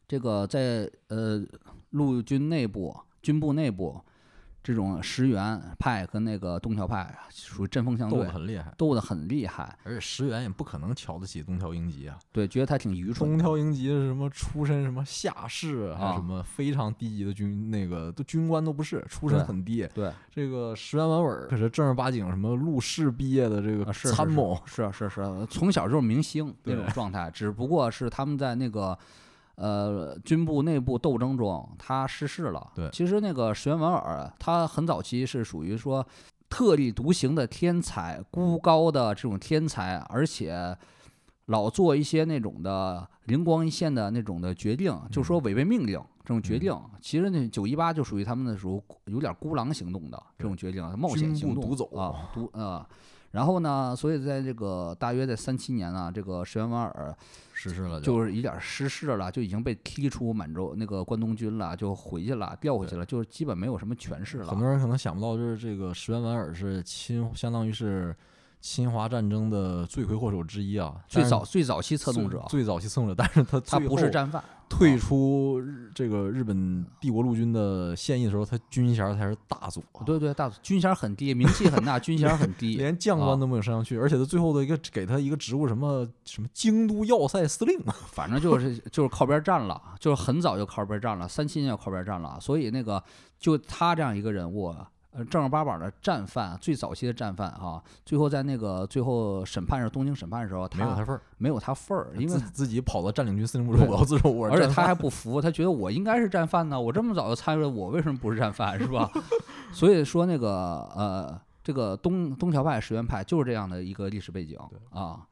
S2: 这个在呃陆军内部、军部内部，这种石原派跟那个东条派啊属于针锋相
S1: 斗
S2: 对
S1: 得，很厉害，
S2: 斗得很厉害。
S1: 而且石原也不可能瞧得起东条英机啊。
S2: 对，觉得他挺愚蠢
S1: 东
S2: 的。
S1: 条英机是什么出身？什么下士还
S2: 啊
S1: 是什么非常低级的军那个都军官都不是，出身
S2: 对
S1: 很低。
S2: 对，
S1: 这个石原莞尔可是正儿八经什么陆氏毕业的这个
S2: 啊是
S1: 参谋，
S2: 是是是，从小就是明星那
S1: 对
S2: 种状态，只不过是他们在那个呃军部内部斗争中他失势了。
S1: 对
S2: 其实那个石原莞尔他很早期是属于说特立独行的天才，孤高的这种天才，而且。老做一些那种的灵光一现的那种的决定，就说违背命令这种决
S1: 嗯
S2: 定，其实那九一八就属于他们那时候有点孤狼行动的这种决定，啊冒险
S1: 军
S2: 行
S1: 部
S2: 动
S1: 独走
S2: 啊，独啊、然后呢，所以在这个大约在三七年啊，这个石原莞尔
S1: 实施 了
S2: 就是有点失势了，就已经被踢出满洲那个关东军了，就回去了，调回去了，就是基本没有什么权势
S1: 很
S2: 了。
S1: 多人可能想不到，就是这个石原莞尔是侵，相当于是侵华战争的罪魁祸首之一啊。
S2: 最
S1: 但是
S2: 早最早期策动
S1: 最
S2: 者，
S1: 最早期策动者，但是他
S2: 他
S1: 最
S2: 不是
S1: 后啊
S2: 战犯，
S1: 退出日这个日本帝国陆军的现役的时候，他军衔才是大佐，啊
S2: 对对，大军衔很低，名 气很大，军衔很低。
S1: 连将官都没有升上去，而且他最后的一个给他一个职务什么什么京都要塞司令，啊
S2: 反正就是就是靠边站了，就是很早就靠边站了，三七年就靠边站了，所以那个就他这样一个人物，呃，正儿八百的战犯，最早期的战犯啊，最后在那个最后审判上，东京审判的时候，
S1: 没有
S2: 他
S1: 他份儿，
S2: 没有他份儿，因
S1: 自
S2: 为
S1: 己自己跑到占领军司令部说我要自首，我是
S2: 而且
S1: 战
S2: 他
S1: 犯
S2: 还不服，他觉得我应该是战犯呢，我这么早就参与了，我为什么不是战犯是吧？ 所以说那个呃，这个东东条派石原派就是这样的一个历史背景啊，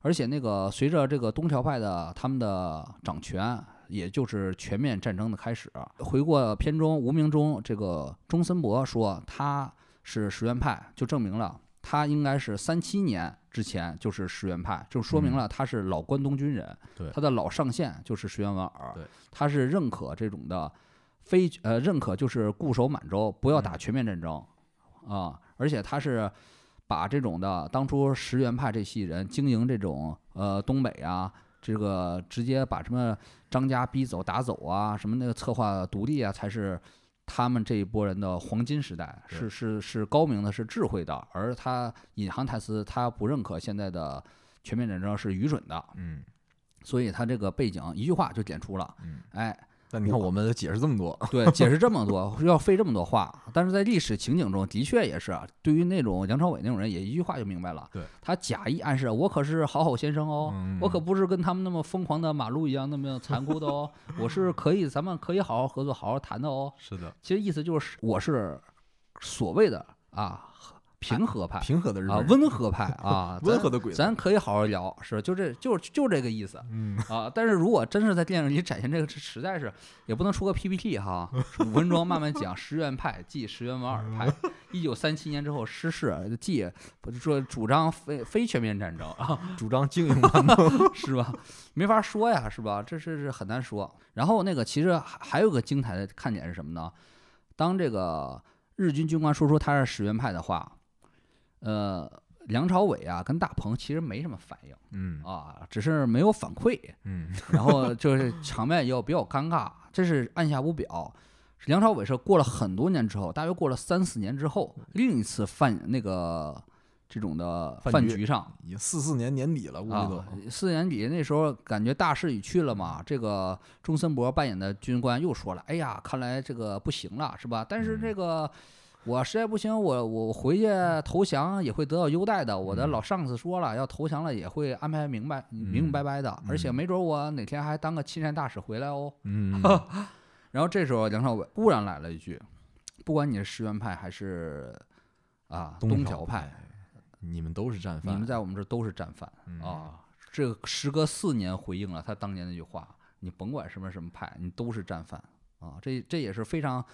S2: 而且那个随着这个东条派的他们的掌权。也就是全面战争的开始。回过片中，无名中这个中森博说他是石原派，就证明了他应该是三七年之前就是石原派，就说明
S1: 嗯
S2: 了他是老关东军人。
S1: 对
S2: 他的老上线就是石原莞尔
S1: 对，
S2: 他是认可这种的非呃认可就是固守满洲，不要打
S1: 嗯
S2: 全面战争啊、而且他是把这种的当初石原派这系人经营这种呃东北啊。这个直接把什么张家逼走、打走啊，什么那个策划独立啊，才是他们这一波人的黄金时代，
S1: 对
S2: 是是是高明的，是智慧的。而他隐含台词，他不认可现在的全面战争是愚蠢的，
S1: 嗯
S2: 所以他这个背景一句话就点出了。
S1: 嗯。
S2: 哎，
S1: 但你看我们解释这么多，
S2: 对，解释这么多， 要费这么多话，但是在历史情景中，的确也是啊对于那种梁朝伟那种人，也一句话就明白了。
S1: 对，
S2: 他假意暗示我可是好好先生哦，
S1: 嗯
S2: 我可不是跟他们那么疯狂的马路一样那么残酷的哦，我是可以，咱们可以好好合作，好好谈的哦。
S1: 是的，
S2: 其实意思就是我是所谓的啊平和派
S1: 平和的日
S2: 啊
S1: 本人，
S2: 温和派 啊
S1: 温
S2: 咱
S1: 和的鬼子
S2: 咱可以好好聊，是就这就就这个意思。
S1: 嗯，
S2: 啊，但是如果真是在电影里展现这个，实实在是也不能出个 PPT 哈。文庄慢慢讲，石原派即石原莞尔派，一九三七年之后失势，即不是说主张非非全面战争啊，
S1: 主张经营版的，
S2: 是吧？没法说呀，是吧？这是是很难说。然后那个其实还还有个精彩的看点是什么呢？当这个日军军官说出他是石原派的话，呃，梁朝伟啊跟大鹏其实没什么反应
S1: 嗯
S2: 啊，只是没有反馈。
S1: 嗯，
S2: 然后就是场面又比较尴尬，这是按下不表。梁朝伟是过了很多年之后，大约过了三四年之后，另一次饭那个这种的
S1: 饭
S2: 饭
S1: 局
S2: 局上
S1: 已经四四年年底了，估计都
S2: 啊，四年底那时候感觉大势已去了嘛。这个钟森博扮演的军官又说了：“哎呀，看来这个不行了，是吧？但是
S1: 嗯
S2: 这个。”我实在不行，我我回去投降也会得到优待的。我的
S1: 嗯
S2: 老上司说了，要投降了也会安排明白明明白白的，而且
S1: 嗯
S2: 没准我哪天还当个亲善大使回来哦。
S1: 嗯，
S2: 然后这时候梁朝伟忽然来了一句：“不管你是石原派还是啊东条派，，
S1: 你们都是战
S2: 你
S1: 犯，
S2: 们在我们这都是战犯
S1: 嗯
S2: 啊！”这个时隔四年回应了他当年那句话：“你甭管什么什么派，你都是战犯啊！”这这也是非常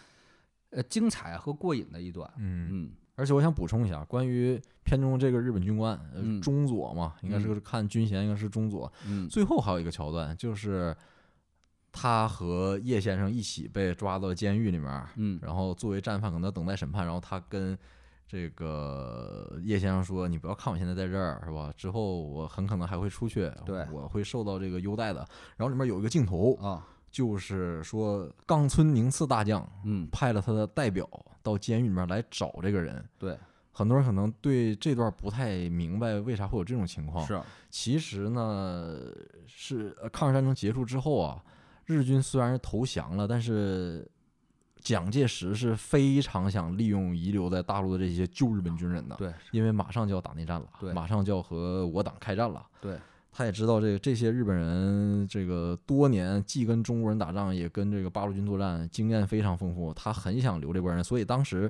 S2: 呃精彩和过瘾的一段。
S1: 嗯，
S2: 嗯，
S1: 而且我想补充一下，关于片中这个日本军官，呃
S2: 嗯
S1: 中佐嘛，应该是个看军衔，应该是中佐。
S2: 嗯，
S1: 最后还有一个桥段，就是他和叶先生一起被抓到监狱里面，
S2: 嗯，
S1: 然后作为战犯，可能等待审判，然后他跟。这个叶先生说：“你不要看我现在在这儿，是吧？之后我很可能还会出去，
S2: 对
S1: 我会受到这个优待的。”然后里面有一个镜头，
S2: 啊，
S1: 就是说冈村宁次大将
S2: 嗯，
S1: 派了他的代表到监狱里面来找这个人。
S2: 对，
S1: 很多人可能对这段不太明白为啥会有这种情况。
S2: 是，
S1: 其实呢，是呃抗日战争结束之后啊，日军虽然是投降了，但是蒋介石是非常想利用遗留在大陆的这些旧日本军人的，
S2: 对，
S1: 因为马上就要打内战了，
S2: 对
S1: 马上就要和我党开战了。
S2: 对，
S1: 他也知道这这些日本人这个多年既跟中国人打仗，也跟这个八路军作战，经验非常丰富。他很想留这波人，所以当时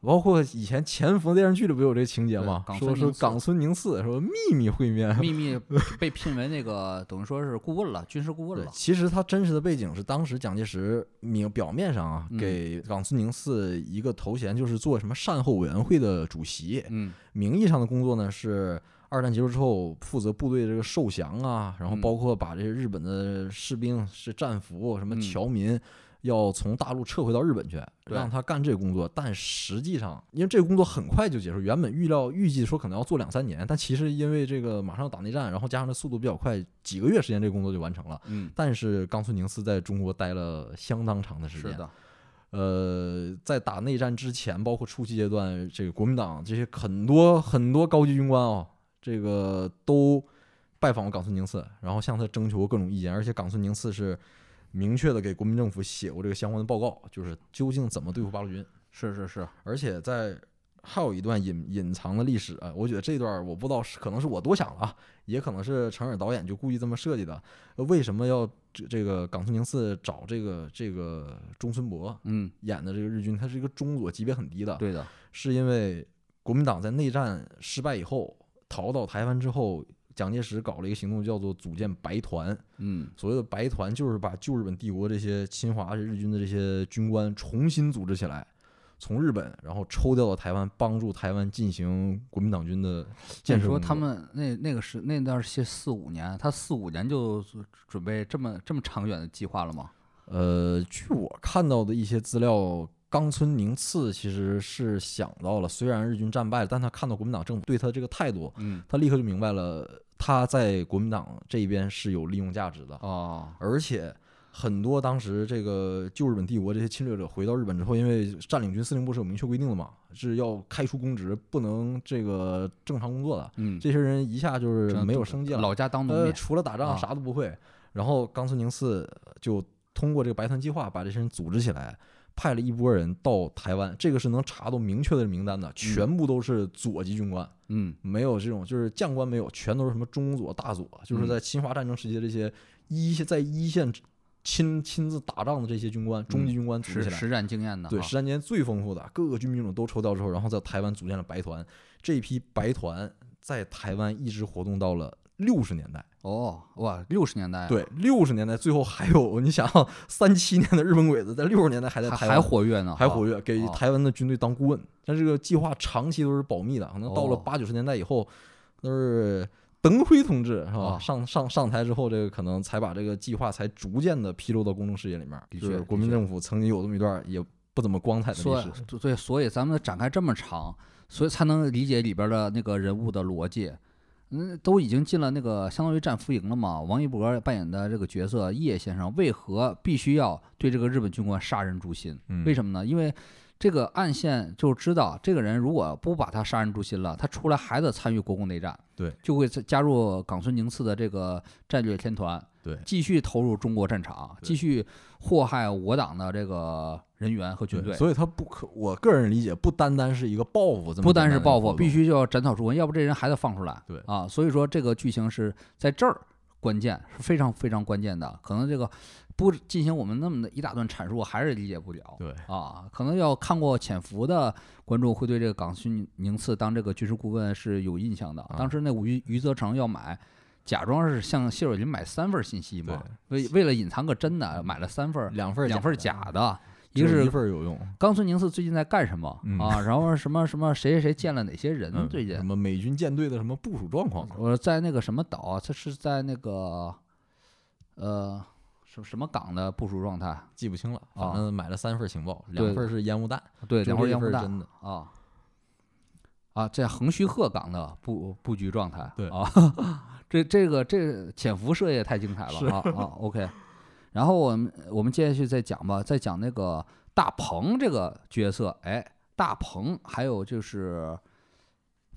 S1: 包括以前潜伏的电视剧里不有这个情节
S2: 对
S1: 吗？
S2: 冈
S1: 说
S2: 村
S1: 说
S2: 宁次
S1: 冈村宁次说秘密会面，
S2: 秘密被聘为那个等于说是顾问了，军事顾问
S1: 对，
S2: 了。
S1: 其实他真实的背景是，当时蒋介石明表面上啊，
S2: 嗯
S1: 给冈村宁次一个头衔，就是做什么善后委员会的主席，
S2: 嗯，
S1: 名义上的工作呢是。二战结束之后，负责部队这个受降啊，然后
S2: 嗯
S1: 包括把这些日本的士兵、是战俘、什么
S2: 嗯
S1: 侨民，要从大陆撤回到日本去，
S2: 对
S1: 让他干这个工作。但实际上，因为这个工作很快就结束，原本预料预计说可能要做两三年，但其实因为这个马上打内战，然后加上这速度比较快，几个月时间这个工作就完成了。
S2: 嗯，
S1: 但是冈村宁次在中国待了相当长的时
S2: 是
S1: 间。
S2: 的，
S1: 呃，在打内战之前，包括初期阶段，这个国民党这些很多很多高级军官啊、这个都拜访过冈村宁次，然后向他征求过各种意见，而且冈村宁次是明确的给国民政府写过这个相关的报告，就是究竟怎么对付八路军。
S2: 是是是，
S1: 而且在还有一段隐隐藏的历史啊，我觉得这段我不知道是可能是我多想了啊，也可能是成尔导演就故意这么设计的。呃为什么要这这个冈村宁次找这个这个中村博
S2: 嗯，
S1: 演的这个日军，他是一个中佐，级别很低的，
S2: 对的，
S1: 是因为国民党在内战失败以后逃到台湾之后。蒋介石搞了一个行动，叫做组建白团。
S2: 嗯，
S1: 所谓的白团，就是把旧日本帝国这些侵华日军的这些军官重新组织起来，从日本然后抽调到台湾，帮助台湾进行国民党军的建
S2: 你
S1: 设工作。
S2: 说他们那那个是那段是四五年，他四五年就准备这么这么长远的计划了吗？
S1: 呃，据我看到的一些资料，冈村宁次其实是想到了，虽然日军战败了，但他看到国民党政府对他这个态度，
S2: 嗯，
S1: 他立刻就明白了他在国民党这边是有利用价值的，
S2: 哦，
S1: 而且。很多当时这个旧日本帝国这些侵略者回到日本之后，因为占领军司令部是有明确规定的嘛，是要开除公职，不能这个正常工作的。
S2: 嗯，
S1: 这些人一下就是没有生计了，
S2: 老家当农
S1: 呃，
S2: 民，
S1: 除了打仗
S2: 啊
S1: 啥都不会。然后冈村宁次就通过这个白团计划把这些人组织起来，派了一波人到台湾，这个是能查到明确的名单的，全部都是左级军官，
S2: 嗯，
S1: 没有这种就是将官没有，全都是什么中佐、大佐，就是
S2: 嗯
S1: 在侵华战争时期这些一线在一线亲亲自打仗的这些军官，中级军官组织
S2: 实
S1: 起来。
S2: 实战经嗯验的，
S1: 对，
S2: 啊
S1: 实战经验最丰富的，各个军兵种都抽调之后，然后在台湾组建了白团。这一批白团在台湾一直活动到了六十年代。
S2: 哦，哇，六十年代啊
S1: 对，六十年代最后还有，你想三七年的日本鬼子在六十年代还在
S2: 还
S1: 台
S2: 还
S1: 湾
S2: 活跃呢，
S1: 还活
S2: 跃，
S1: 跃，给
S2: 哦
S1: 台湾的军队当顾问。但这个计划长期都是保密的，可能到了
S2: 哦
S1: 八九十年代以后，都是邓辉同志是吧？
S2: 哦
S1: 上上上台之后，这个可能才把这个计划才逐渐的披露到公众视野里面。
S2: 的
S1: 就是
S2: 确
S1: 国
S2: 的
S1: 民
S2: 确
S1: 政府曾经有这么一段也不怎么光彩的
S2: 所
S1: 历
S2: 以
S1: 史。
S2: 对对，所以咱们展开这么长，所以才能理解里边的那个人物的逻辑。嗯，都已经进了那个相当于战俘营了嘛。王一博扮演的这个角色叶先生，为何必须要对这个日本军官杀人诛心？
S1: 嗯
S2: 为什么呢？因为这个暗线就知道，这个人如果不把他杀人诛心了，他出来还得参与国共内战，
S1: 对，
S2: 就会再加入冈村宁次的这个战略天团，
S1: 对
S2: 继续投入中国战场，
S1: 对
S2: 继续祸害我党的这个人员和军队。
S1: 所以他不可，我个人理解，不单单是一个报复，这么
S2: 不单
S1: 简
S2: 是
S1: 单的
S2: 报
S1: 活
S2: 复，必
S1: 动
S2: 须就要斩草除根，要不这人还得放出来。
S1: 对
S2: 啊，所以说这个剧情是在这儿关键，是非常非常关键的。可能这个不进行我们那么的一大段阐述，还是理解不了。
S1: 对
S2: 啊，可能要看过《潜伏》的观众会对这个港区宁次当这个军事顾问是有印象的。
S1: 啊
S2: 当时那余余则成要买。假装是向谢瑞麟买三份信息嘛，为为了隐藏个真的，买了三份儿，
S1: 两份儿
S2: 两份儿
S1: 假
S2: 假
S1: 的，
S2: 的，
S1: 只
S2: 一个
S1: 有
S2: 是嗯
S1: 份儿有用。
S2: 冈村宁次最近在干什么、
S1: 嗯
S2: 啊？然后什么什么谁谁谁见了哪些人？
S1: 嗯
S2: 最近、
S1: 什么美军舰队的什么部署状况？
S2: 我在那个什么岛，这是在那个呃什什么港的部署状态？
S1: 记不清了，反正买了三份情报，两
S2: 啊对
S1: 份是烟雾弹，
S2: 对，
S1: 就
S2: 两会
S1: 这
S2: 烟雾
S1: 份儿
S2: 弹
S1: 真的
S2: 啊啊，这横须贺港的布布局状态，
S1: 对
S2: 啊，这这个这个潜伏射也太精彩了啊啊，OK。然后我们我们接下去再讲吧，再讲那个大鹏这个角色，哎，大鹏还有就是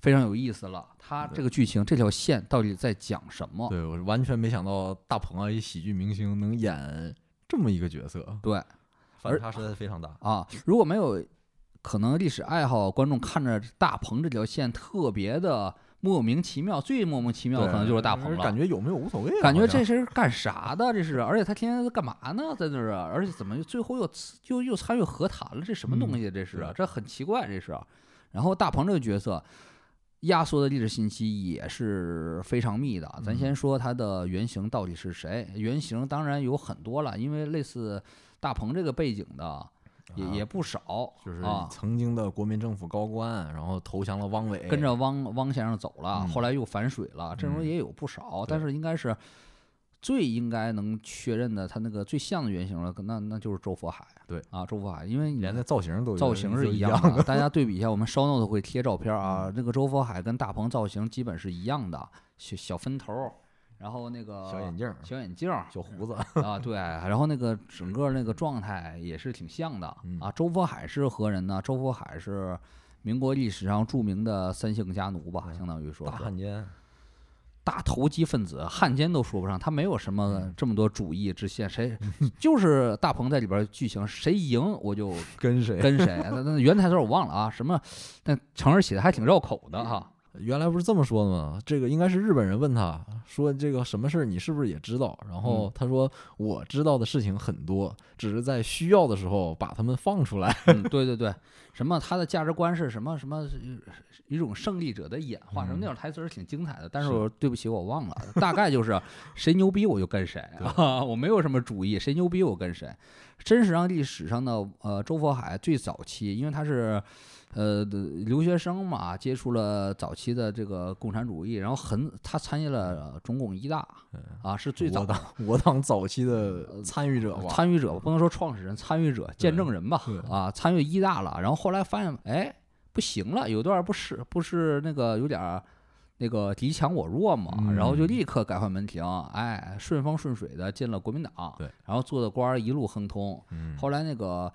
S2: 非常有意思了，他这个剧情这条线到底在讲什么？
S1: 对我完全没想到大鹏啊，一喜剧明星能演这么一个角色，
S2: 对
S1: 反
S2: 而
S1: 差实在是非常大。
S2: 啊，如果没有可能历史爱好观众看着大鹏这条线特别的莫名其妙，最莫名其妙可能就是大鹏了，
S1: 感觉有没有无所谓啊，
S2: 感觉
S1: 好像
S2: 这是干啥的？这是，而且他天天干嘛呢？在那儿啊，而且怎么又最后又刺又又参与和谈了？这什么东西啊？这是啊，
S1: 嗯对
S2: 这很奇怪，这是啊。然后大鹏这个角色，压缩的历史信息也是非常密的。咱
S1: 嗯
S2: 先说他的原型到底是谁？原型当然有很多了，因为类似大鹏这个背景的也、
S1: 啊
S2: 也不少，
S1: 就是
S2: 啊。
S1: 曾经的国民政府高官，然后投降了汪伪，
S2: 跟着汪汪先生走了，
S1: 哎嗯
S2: 后来又反水了，这种
S1: 嗯
S2: 也有不少，但是应该是最应该能确认的，他那个最像的原型了，那那就是周佛海。
S1: 对
S2: 啊，周佛海，因为你
S1: 连那造型都有
S2: 造型
S1: 都
S2: 是
S1: 一嗯
S2: 一样的，大家对比一下，我们稍 note 会贴照片啊，那个周佛海跟大鹏造型基本是一样的，小小分头儿，然后那个
S1: 小眼镜儿、
S2: 小眼镜儿，
S1: 小胡 子，
S2: 啊，对，然后那个整个那个状态也是挺像的
S1: 嗯
S2: 啊。周佛海是何人呢？周佛海是民国历史上著名的三姓家奴吧，
S1: 嗯
S2: 相当于说
S1: 大
S2: 是
S1: 汉奸，
S2: 大投机分子，汉奸都说不上，他没有什
S1: 嗯
S2: 么这么多主义之线，谁就是大鹏在里边儿剧情，谁赢我就
S1: 跟谁？
S2: 跟 谁。那那原台词儿我忘了啊，什么？但成儿写的还挺绕口的哈、
S1: 原来不是这么说的吗？这个应该是日本人问他说：“这个什么事儿你是不是也知道？”然后他说：“我知道的事情很多，只是在需要的时候把他们放 出来。
S2: 嗯，对对对，什么他的价值观是什么什么一种胜利者的演化，什么那种台词儿挺精彩的，但是
S1: 是
S2: 我对不起我忘了，大概就是 谁牛逼我就跟谁
S1: 对
S2: 啊， 我没有什么主意，谁牛逼我跟谁。真实上历史上的呃周佛海最早期，因为他是呃留学生嘛，接触了早期的这个共产主义，然后很他参加了中共一大啊，是最早
S1: 我党我党早期的呃参与者吧，
S2: 参与者吧不能说创始人，参与者、见证人吧
S1: 对，
S2: 啊，参与一大了，然后后来发现，哎，不行了，有段儿不是不是那个有点儿那个敌强我弱嘛，
S1: 嗯
S2: 然后就立刻改换门庭，哎，顺风顺水的进了国民党，
S1: 对，
S2: 然后做的官儿一路亨通，
S1: 嗯
S2: 后来那个。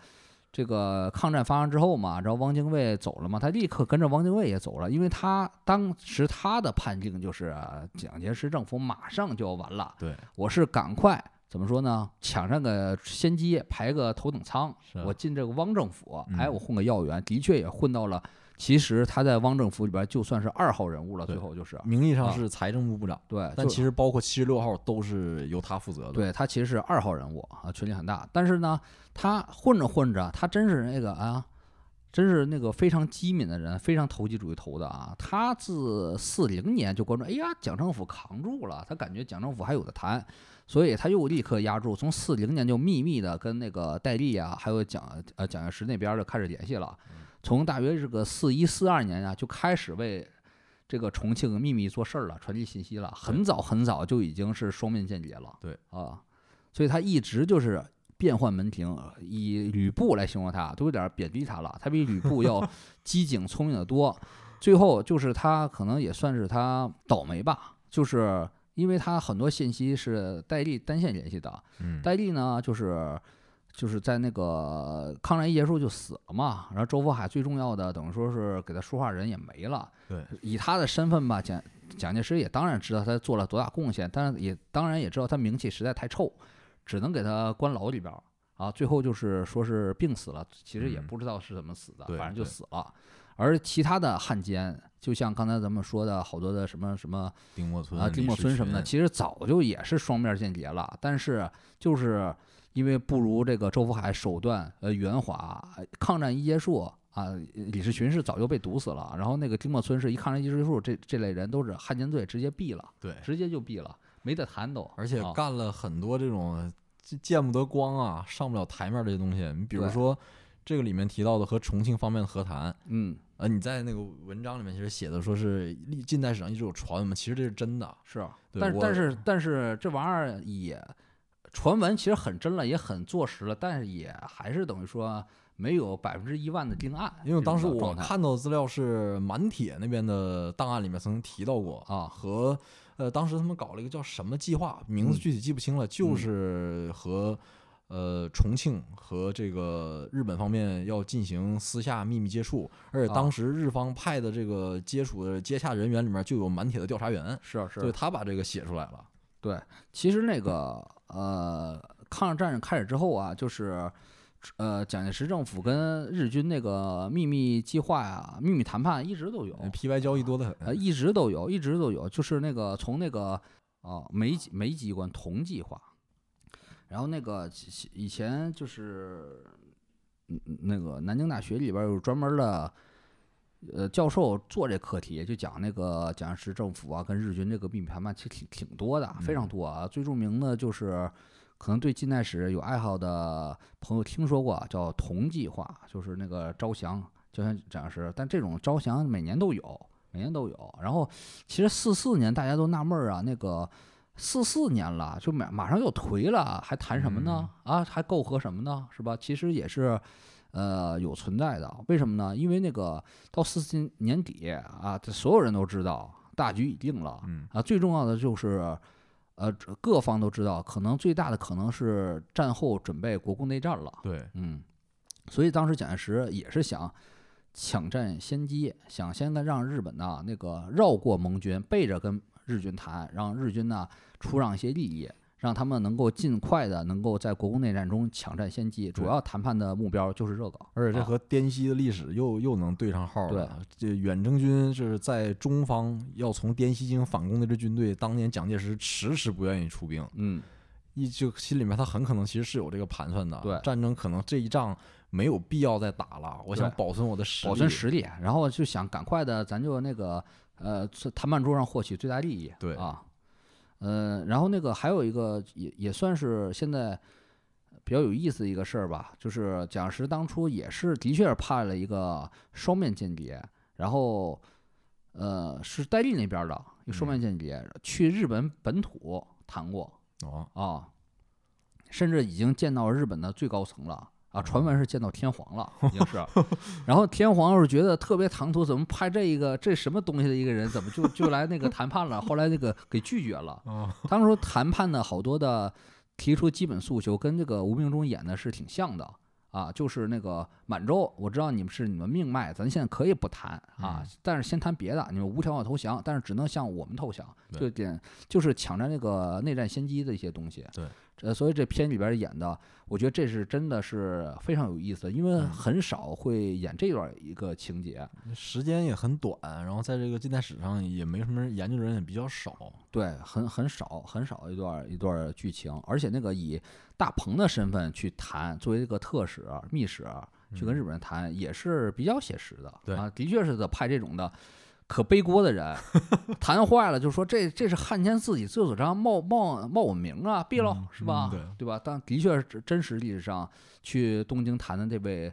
S2: 这个抗战发生之后嘛，然后汪精卫走了嘛，他立刻跟着汪精卫也走了，因为他当时他的判定就是蒋介石政府马上就要完了，
S1: 对，
S2: 我是赶快怎么说呢？抢上个先机，排个头等舱。
S1: 是啊
S2: 我进这个汪政府，
S1: 嗯
S2: 哎，我混个要员，的确也混到了。其实他在汪政府里边就算是二号人物了，
S1: 对
S2: 最后就是
S1: 名义上
S2: 啊
S1: 是财政部部长，
S2: 对，
S1: 但
S2: 就
S1: 其实包括七十六号都是由他负责的。
S2: 对他其实是二号人物啊，权力很大。但是呢，他混着混着，他真是那个啊，真是那个非常机敏的人，非常投机主义投的啊。他自四零年就关注，哎呀，蒋政府扛住了，他感觉蒋政府还有的谈，所以他又立刻压住，从四零年就秘密的跟那个戴笠啊，还有蒋呃蒋介石那边儿就开始联系了。从大约这个四一四二年啊，就开始为这个重庆秘密做事儿了，传递信息了。很早很早就已经是双面间谍了。
S1: 对
S2: 啊，所以他一直就是变换门庭，呃以吕布来形容他，都有点贬低他了。他比吕布要机警聪明得多。最后就是他可能也算是他倒霉吧，就是因为他很多信息是戴笠单线联系的，
S1: 嗯，
S2: 戴笠呢，就是就是在那个抗战一结束就死了嘛，然后周佛海最重要的等于说是给他说话人也没了，
S1: 对，
S2: 以他的身份吧，蒋蒋介石也当然知道他做了多大贡献，但是也当然也知道他名气实在太臭，只能给他关牢里边儿啊。最后就是说是病死了，其实也
S1: 嗯
S2: 不知道是怎么死的，
S1: 对
S2: 反正就
S1: 对
S2: 死了。而其他的汉奸，就像刚才咱们说的好多的什么什么。
S1: 丁默村
S2: 啊，丁默
S1: 李士
S2: 村什么的，
S1: 群，
S2: 其实早就也是双面间谍了，但是就是因为不如这个周福海手段呃圆滑，抗战一结束啊，李士群是早就被毒死了，然后那个丁默村是一抗战一结束，这这类人都是汉奸罪直接毙了，
S1: 对，
S2: 直接就毙了，没得谈都，
S1: 而且
S2: 啊
S1: 干了很多这种这见不得光啊、上不了台面儿这些东西。你比如
S2: 对
S1: 说这个里面提到的和重庆方面的和谈，
S2: 嗯
S1: 呃，你在那个文章里面其实写的说是历近代史上一直有传闻嘛，其实这是真的。
S2: 是，
S1: 对
S2: 但是
S1: 我
S2: 但是但是这玩意儿也传闻其实很真了，也很坐实了，但是也还是等于说没有百分之一万的定案这种的状态，
S1: 因为当时我看到的资料是满铁那边的档案里面曾经提到过
S2: 啊
S1: 和呃，当时他们搞了一个叫什么计划，名
S2: 嗯
S1: 字具体记不清了，就是和呃重庆和这个日本方面要进行私下秘密接触，而且当
S2: 啊
S1: 时日方派的这个接触的接洽人员里面就有满铁的调查员，
S2: 是啊是啊
S1: 所以他把这个写出来了。
S2: 对，其实那个呃，抗日战争开始之后啊，就是呃，蒋介石政府跟日军那个秘密计划啊、秘密谈判一直都有，
S1: P Y 交易多得
S2: 呃，
S1: 很，
S2: 一直都有，一直都有，就是那个从那个呃煤机煤机关铜计划，然后那个其其以前就是嗯嗯那个南京大学里边儿有专门儿的。呃，教授做这课题就讲那个蒋介石政府啊，跟日军这个秘密谈判其实挺挺多的，非常多啊。最著名的就是，可能对近代史有爱好的朋友听说过啊，叫铜计划，就是那个招降招降蒋介石，但这种招降每年都有，每年都有。然后其实四四年大家都纳闷儿啊，那个四四年了，就马马上又颓了，还谈什么呢？啊，还媾和什么呢？是吧？其实也是。呃，有存在的，为什么呢？因为那个到四四年底啊，这所有人都知道大局已定了，
S1: 嗯
S2: 啊，最重要的就是，呃，这各方都知道，可能最大的可能是战后准备国共内战了，
S1: 对，
S2: 嗯，所以当时蒋介石也是想抢占先机，想先呢让日本呢那个绕过盟军，背着跟日军谈，让日军呢出让一些利益，让他们能够尽快的能够在国共内战中抢占先机。主
S1: 对
S2: 要谈判的目标就是这个，
S1: 而且这
S2: 啊
S1: 和滇西的历史又又能对上号了。啊这远征军就是在中方要从滇西进行反攻的这支军队，当年蒋介石迟迟不愿意出兵，
S2: 嗯，
S1: 一就心里面他很可能其实是有这个盘算的。啊
S2: 对
S1: 战争可能这一仗没有必要再打了，我想
S2: 对
S1: 保存我的实力。
S2: 保存实力，然后就想赶快的，咱就那个呃，从谈判桌上获取最大利益。
S1: 对
S2: 啊，呃，然后那个还有一个也也算是现在比较有意思的一个事儿吧，就是蒋介石当初也是的确是派了一个双面间谍，然后呃是戴笠那边儿的一个
S1: 嗯
S2: 双面间谍、去日本本土谈过，
S1: 哦，
S2: 啊，甚至已经见到日本的最高层了啊，传闻是见到天 皇了，已经
S1: 啊
S2: 是。然后天皇要是觉得特别唐突，怎么派这一个这什么东西的一个人，怎么就就来那个谈判了？后来那个给拒绝了。
S1: 哦，
S2: 当时谈判的好多的提出基本诉求，跟这个吴明忠演的是挺像的啊，就是那个满洲，我知道你们是你们命脉，咱现在可以不谈啊，
S1: 嗯
S2: 但是先谈别的，你们无条件投降，但是只能向我们投降，
S1: 对
S2: 就点就是抢占那个内战先机的一些东西。
S1: 对。
S2: 呃，所以这片里边演的，我觉得这是真的是非常有意思，因为
S1: 嗯
S2: 很少会演这段一个情节。
S1: 时间也很短，然后在这个近代史上也没什么人研究的人也比较少。
S2: 对，很很少很少一段一段剧情，而且那个以大鹏的身份去谈，作为一个特使、密使去跟日本人谈，也是比较写实的。
S1: 嗯对
S2: 啊，的确是的，派这种的可背锅 的人，谈坏了就说这这是汉奸自己自作主张冒冒冒我名啊，毙了、
S1: 嗯
S2: 是吧？
S1: 嗯
S2: 对吧？但的确是真真实历史上去东京谈的这位。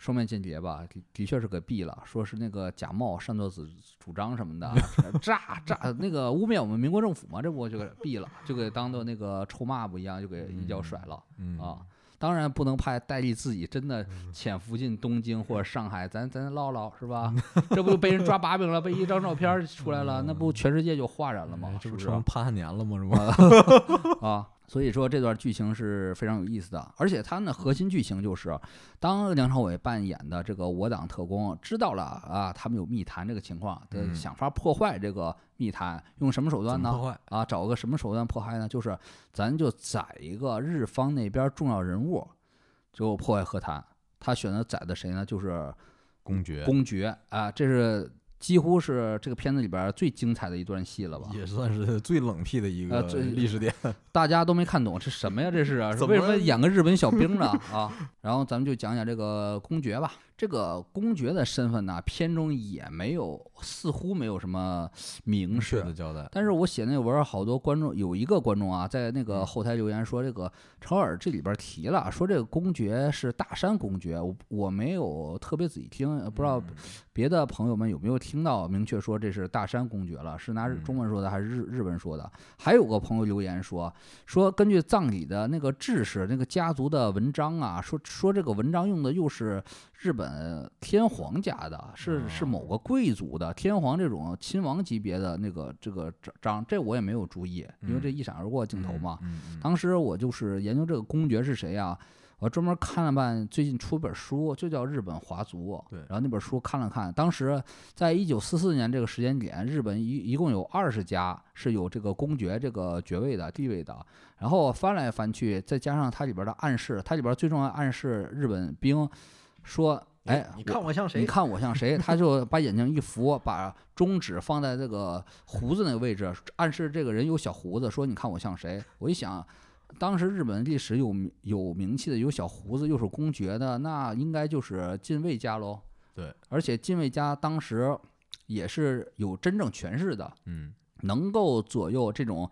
S2: 双面间谍吧，的的确是给毙了，说是那个假冒擅作主主张 什么的，诈诈那个污蔑我们民国政府嘛，这不就给毙了，就给当做那个臭抹布一样，就给一脚甩了。
S1: 嗯
S2: 啊，当然不能派戴笠自己真的潜伏进东京
S1: 嗯
S2: 或者上海，咱咱唠唠 是吧？这不就被人抓把柄了，被一张照片儿出来了，那不全世界就哗然了吗
S1: 嗯哎？这
S2: 是
S1: 不
S2: 不是
S1: 成潘汉年了吗？这不，
S2: 啊？所以说这段剧情是非常有意思的，而且它呢核心剧情就是，当梁朝伟扮演的这个我党特工知道了啊，他们有密谈这个情况，
S1: 嗯
S2: 得想法破坏这个密谈，用什么手
S1: 怎
S2: 段
S1: 么
S2: 呢？
S1: 破坏？
S2: 啊，找个什么手段迫害呢？就是咱就宰一个日方那边重要人物，就破坏和谈。他选择宰的谁呢？就是
S1: 公爵
S2: 公爵啊，这是几乎是这个片子里边儿最精彩的一段戏了吧？
S1: 也算是最冷僻的一个
S2: 呃最
S1: 历史点。
S2: 大家都没看懂这什么呀？这是啊
S1: 怎么
S2: 为什么演个日本小 兵呢？啊，然后咱们就讲讲这个公爵吧。这个公爵的身份呢，片中也没有，似乎没有什么明
S1: 明确
S2: 示
S1: 的交代。
S2: 但嗯是我啊写那文儿，好多观众有一个观众啊，在那
S1: 嗯
S2: 个后台留言说，这个程耳这里边提了，说这个公爵
S1: 嗯
S2: 是大山公爵，我我没有特别仔细听，呃不知道别的朋友们有没有听到明确说这是大山公爵了，是拿日
S1: 嗯
S2: 中文说的还是日日文说的？还有个朋友留言说，说根据葬礼的那个志士那个家族的文章啊，说说这个文章用的又是日本天皇家的，是是某个贵族的天皇这种亲王级别的那个这个章，这我也没有注意，因为这一闪而过镜头嘛。
S1: 嗯，嗯
S2: 当时我就是研究这个公爵是谁啊，我专门看了半，最近出本书，就叫《日本华族》。
S1: 对
S2: 然后那本书看了看，当时在一九四四年这个时间点，日本一一共有二十家是有这个公爵这个爵位的地位的。然后翻来翻去，再加上它里边的暗示，它里边最重要的暗示日本兵说。哎，
S1: 你
S2: 我
S1: 看我像谁？
S2: 你看我像谁？他就把眼睛一扶，把中指放在这个胡子那个位置，暗示这个人有小胡子，说你看我像谁？我一想，当时日本历史有名有名气的，有小胡子又是公爵的，那应该就是近卫家喽。
S1: 对，
S2: 而且近卫家当时也是有真正权势的，
S1: 嗯，
S2: 能够左右这种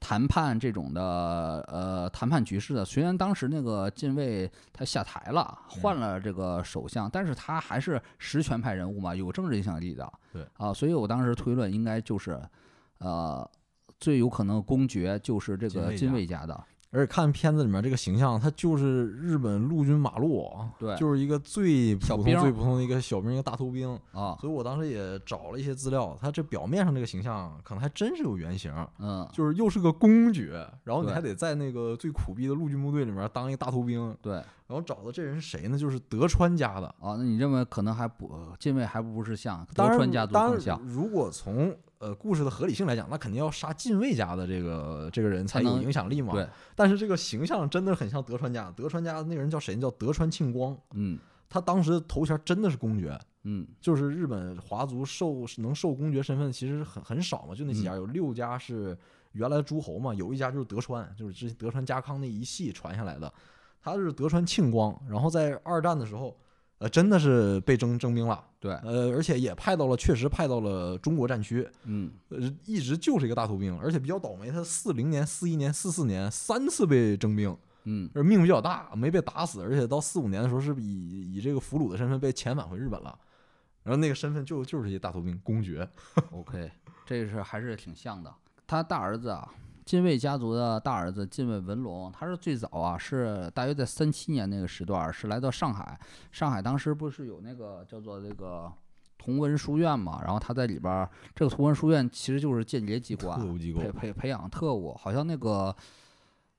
S2: 谈判这种的呃谈判局势的。虽然当时那个近卫他下台了，
S1: 嗯
S2: 换了这个首相，但是他还是实权派人物嘛，有政治影响力的。
S1: 对
S2: 啊，所以我当时推论应该就是呃。最有可能公爵就是这
S1: 近
S2: 个
S1: 卫
S2: 近
S1: 家
S2: 卫家的，
S1: 而且看片子里面这个形象，他就是日本陆军马路，
S2: 对
S1: 就是一个最普
S2: 小
S1: 通、
S2: 兵
S1: 最普通的一个小兵，一个大头兵。
S2: 啊，
S1: 所以我当时也找了一些资料，他这表面上这个形象可能还真是有原型，
S2: 嗯，
S1: 就是又是个公爵，然后你
S2: 对
S1: 还得在那个最苦逼的陆军部队里面当一个大头兵，
S2: 对，啊，
S1: 然后找的这人是谁呢？就是德川家的。
S2: 那你认为可能还不近卫还不是像
S1: 当
S2: 德
S1: 然，
S2: 川家族
S1: 当
S2: 更
S1: 然
S2: 像，
S1: 如果从呃故事的合理性来讲，那肯定要杀近卫家的这个这个人才
S2: 才
S1: 有
S2: 能
S1: 影响力嘛。
S2: 对，
S1: 但是这个形象真的很像德川家，德川家那个人叫谁呢？叫德川庆光，
S2: 嗯
S1: 他当时的头衔真的是公爵，
S2: 嗯，
S1: 就是日本华族受能受公爵身份其实很很少嘛，就那几家，有六家是原来诸侯嘛，有一家就是德川，就是之前德川家康那一系传下来的，他是德川庆光，然后在二战的时候，呃，真的是被征征兵了，
S2: 对，
S1: 呃，而且也派到了，确实派到了中国战区，
S2: 嗯，
S1: 呃，一直就是一个大头兵，而且比较倒霉，他四零年、四一年、四四年三次被征兵，
S2: 嗯，
S1: 而命比较大，没被打死，而且到四五年的时候是以以这个俘虏的身份被遣返回日本了。然后那个身份就就是一大头兵公爵，
S2: OK，这是还是挺像的。他大儿子啊，近卫家族的大儿子近卫文龙，他是最早啊，是大约在三七年那个时段儿，是来到上海。上海当时不是有那个叫做这个同文书院嘛，然后他在里边儿，这个同文书院其实就是间谍机关，
S1: 特务机构
S2: 培培培养特务，好像那个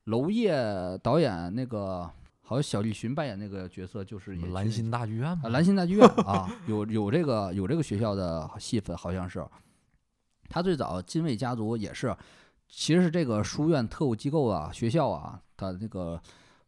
S2: 娄烨导演那个，好像小栗旬扮演那个角色就是
S1: 什
S2: 也
S1: 么
S2: 去
S1: 兰
S2: 那
S1: 心大剧院嘛
S2: 啊，，兰心大剧院啊，有有这个有这个学校的戏份，好像是。他最早金卫家族也是，其实是这个书院特务机构啊，学校啊的那个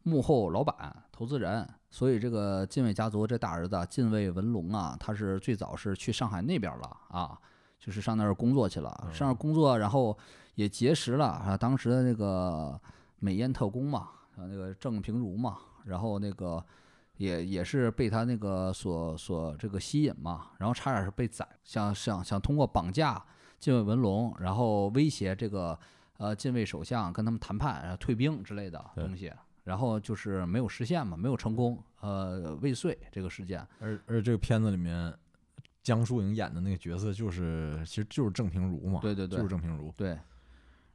S2: 幕后老板、投资人，所以这个近卫家族这大儿子啊近卫文龙啊，他是最早是去上海那边了啊，就是上那儿工作去了，上那儿工作，然后也结识了啊当时的那个美艳特工嘛，啊那个郑平如嘛，然后那个也也是被他那个所所这个吸引嘛，然后差点是被宰，想想想通过绑架近卫文龙，然后威胁这个呃近卫首相跟他们谈判，然后退兵之类的
S1: 对
S2: 东西，然后就是没有实现嘛，没有成功，呃未遂这个事件，
S1: 而而这个片子里面，江疏影演的那个角色就是其实就是郑平如嘛，
S2: 对对对
S1: 就是郑平如，
S2: 对，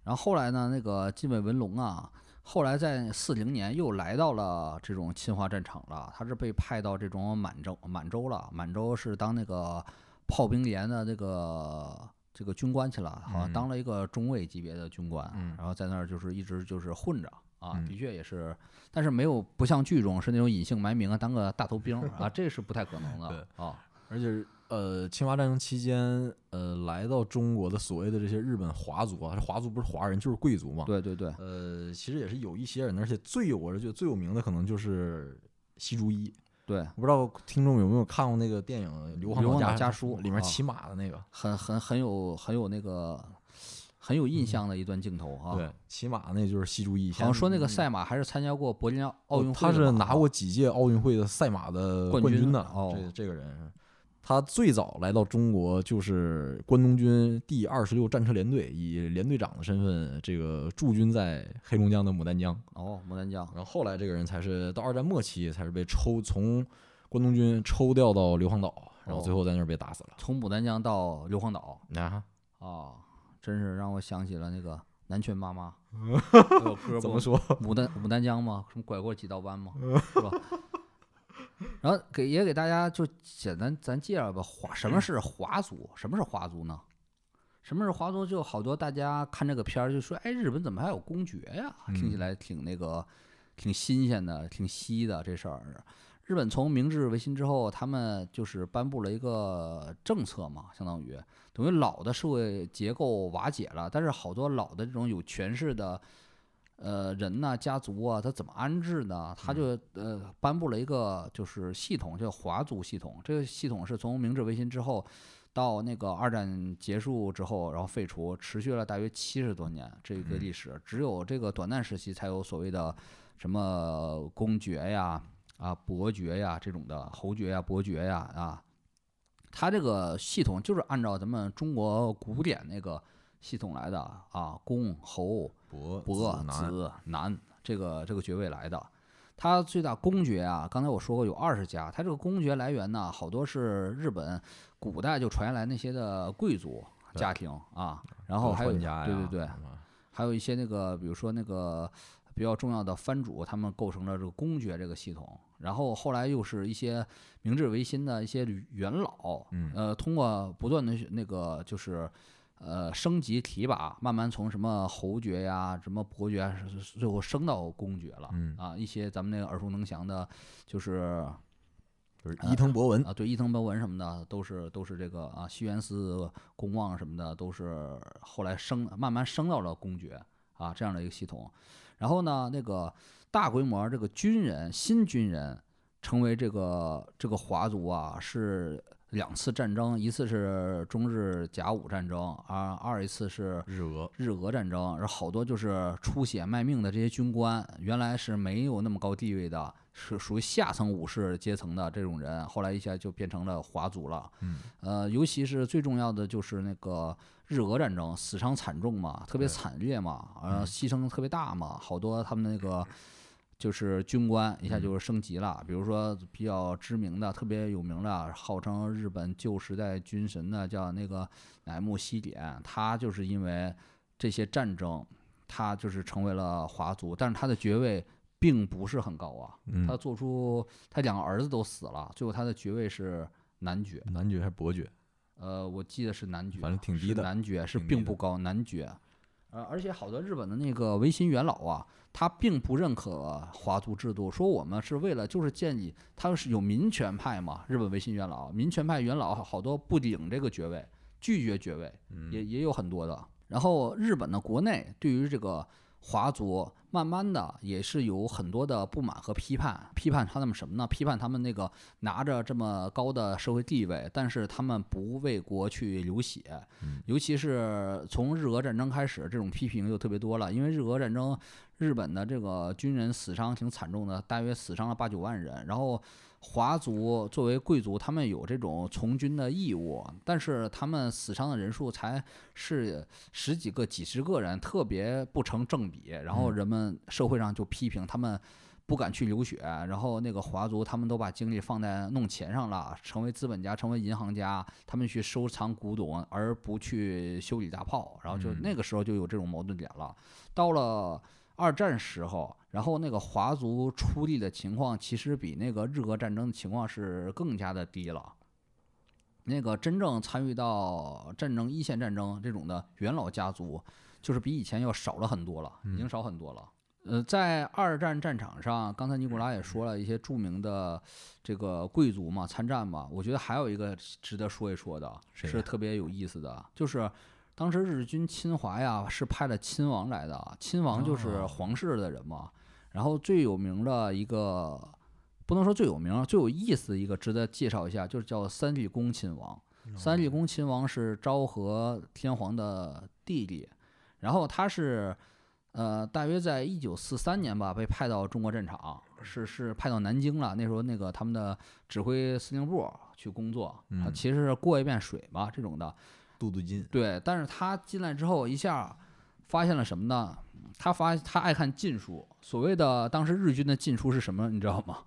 S2: 然后后来呢，那个近卫文龙啊，后来在四零年又来到了这种侵华战场了，他是被派到这种满洲满洲了，满洲是当那个炮兵连的那个这个军官去了，好像
S1: 嗯
S2: 当了一个中尉级别的军官，啊
S1: 嗯
S2: 然后在那儿就是一直就是混着。啊，
S1: 嗯
S2: 的确也是，但是没有不像剧中是那种隐姓埋名啊，当个大头兵啊，这是不太可 能的啊。
S1: 而且呃，侵华战争期间，呃，来到中国的所谓的这些日本华族啊，华族不是华人就是贵族嘛，
S2: 对对对，
S1: 呃，其实也是有一些人的，而且最有我是觉得最有名的可能就是西竹一，
S2: 对，
S1: 我不知道听众有没有看过那个电影《硫磺
S2: 硫磺
S1: 岛
S2: 岛家
S1: 书
S2: 书》
S1: 里面
S2: 啊
S1: 骑马的那个，
S2: 很很很有很有那个很有印象的一段镜头啊。
S1: 对，骑马那就是西竹一。
S2: 好像说那个
S1: 以前嗯
S2: 赛马还是参加过柏林奥
S1: 哦
S2: 运会的
S1: 他
S2: 吧，
S1: 是拿过几届奥运会的赛马的
S2: 冠
S1: 冠
S2: 军
S1: 的。
S2: 哦
S1: 这这个人，他最早来到中国就是关东军第二十六战车联队，以连队长的身份，这个驻军在黑龙江的牡丹江。
S2: 哦，牡丹江
S1: 然后后来这个人才是到二战末期才是被抽从关东军抽调到硫磺岛，然
S2: 哦
S1: 后最后在那儿被打死了。
S2: 从牡丹江到硫磺岛
S1: 啊，
S2: 啊，真是让我想起了那个南拳妈妈，那 首歌
S1: 怎
S2: 不
S1: 么说？
S2: 牡丹牡丹江嘛，什么拐过几道弯嘛，是吧？ 然后给也给大家就简单咱介绍吧，华什么是华族？什么是华族呢？什么是华族？就好多大家看这个片儿就说，哎，日本怎么还有公爵呀？听起来挺那个，挺新鲜的，挺稀的这事儿。日本从明治维新之后，他们就是颁布了一个政策嘛，相当于等于老的社会结构瓦解了，但是好多老的这种有权势的呃人呐、家族啊，他怎么安置呢？他就呃颁布了一个就是系统，叫华族系统。这个系统是从明治维新之后到那个二战结束之后，然后废除，持续了大约七十多年这个历史。只有这个短暂时期才有所谓的什么公爵呀、啊伯爵呀这种的侯爵呀、伯爵呀啊。他这个系统就是按照咱们中国古典那个系统来的啊，公侯
S1: 伯
S2: 伯
S1: 子男
S2: 子男这个这个爵位来的。他最大公爵啊，刚才我说过有二十家，他这个公爵来源呢，好多是日本古代就传下来那些的贵族
S1: 对
S2: 家庭啊，然后还有
S1: 德川家呀，嗯
S2: 对对对，
S1: 什么
S2: 还有一些那个，比如说那个比较重要的藩主，他们构成了这个公爵这个系统。然后后来又是一些明治维新的一些旅元老，
S1: 嗯
S2: 呃，通过不断的那个就是呃升级提拔，慢慢从什么侯爵呀、什么伯爵啊，最后升到公爵了。
S1: 嗯
S2: 啊，一些咱们那个耳熟能详的，就是
S1: 就是伊藤博文，
S2: 啊，对伊藤博文什么的，都是都是这个啊，西园寺公望什么的，都是后来升慢慢升到了公爵啊这样的一个系统。然后呢，那个大规模这个军人新军人成为这个这个华族啊，是两次战争，一次是中日甲午战争啊，二一次是
S1: 日俄，
S2: 日俄战争，然后好多就是出血卖命的这些军官，原来是没有那么高地位的，是属于下层武士阶层的这种人，后来一下就变成了华族了。
S1: 嗯，
S2: 呃，尤其是最重要的就是那个日俄战争，死伤惨重嘛，特别
S1: 对
S2: 惨烈嘛，
S1: 嗯
S2: 呃，牺牲特别大嘛，好多他们那个。就是军官一下
S1: 嗯
S2: 就是升级了，比如说比较知名的、特别有名的，号称日本旧时代军神的，叫那个乃木希典，他就是因为这些战争，他就是成为了华族，但是他的爵位并不是很高啊。
S1: 嗯
S2: 他做出他两个儿子都死了，最后他的爵位是男爵，
S1: 男爵还是伯爵？
S2: 呃，我记得是男爵，啊
S1: 反正挺
S2: 是
S1: 低的
S2: 男爵是
S1: 挺低
S2: 并
S1: 的
S2: 不高，男爵。呃，而且好多日本的那个维新元老啊，他并不认可华族制度，说我们是为了就是建立，他是有民权派嘛，日本维新元老，民权派元老好多不领这个爵位，拒绝爵位，也也有很多的。然后日本的国内对于这个华族，慢慢的也是有很多的不满和批判，批判他们什么呢？批判他们那个拿着这么高的社会地位，但是他们不为国去流血，尤其是从日俄战争开始，这种批评就特别多了。因为日俄战争，日本的这个军人死伤挺惨重的，大约死伤了八九万人。然后华族作为贵族，他们有这种从军的义务，但是他们死伤的人数才是十几个、几十个人，特别不成正比。然后人们社会上就批评他们。不敢去流血，然后那个华族他们都把精力放在弄钱上了，成为资本家，成为银行家，他们去收藏古董，而不去修理大炮，然后就
S1: 嗯
S2: 那个时候就有这种矛盾点了。到了二战时候，然后那个华族出力的情况其实比那个日俄战争的情况是更加的低了。那个真正参与到战争一线战争这种的元老家族，就是比以前要少了很多了，已
S1: 嗯
S2: 经少很多了。呃，在二战战场上，刚才尼古拉也说了一些著名的这个贵族嘛，参战嘛，我觉得还有一个值得说一说的，
S1: 谁呀
S2: 是特别有意思的，就是当时日军侵华呀，是派了亲王来的，亲王就是
S1: 哦
S2: 皇室的人嘛。然后最有名的一个，不能说最有名，最有意思的一个值得介绍一下，就是叫三立公亲王。三立公亲王是昭和天皇的弟弟，然后他是，呃，大约在一九四三年吧，被派到中国战场，是是派到南京了。那时候那个他们的指挥司令部去工作，啊
S1: 嗯
S2: 其实是过一遍水嘛这种的。
S1: 镀镀金，
S2: 对，但是他进来之后一下发现了什么呢？他发他爱看禁书，所谓的当时日军的禁书是什么，你知道吗？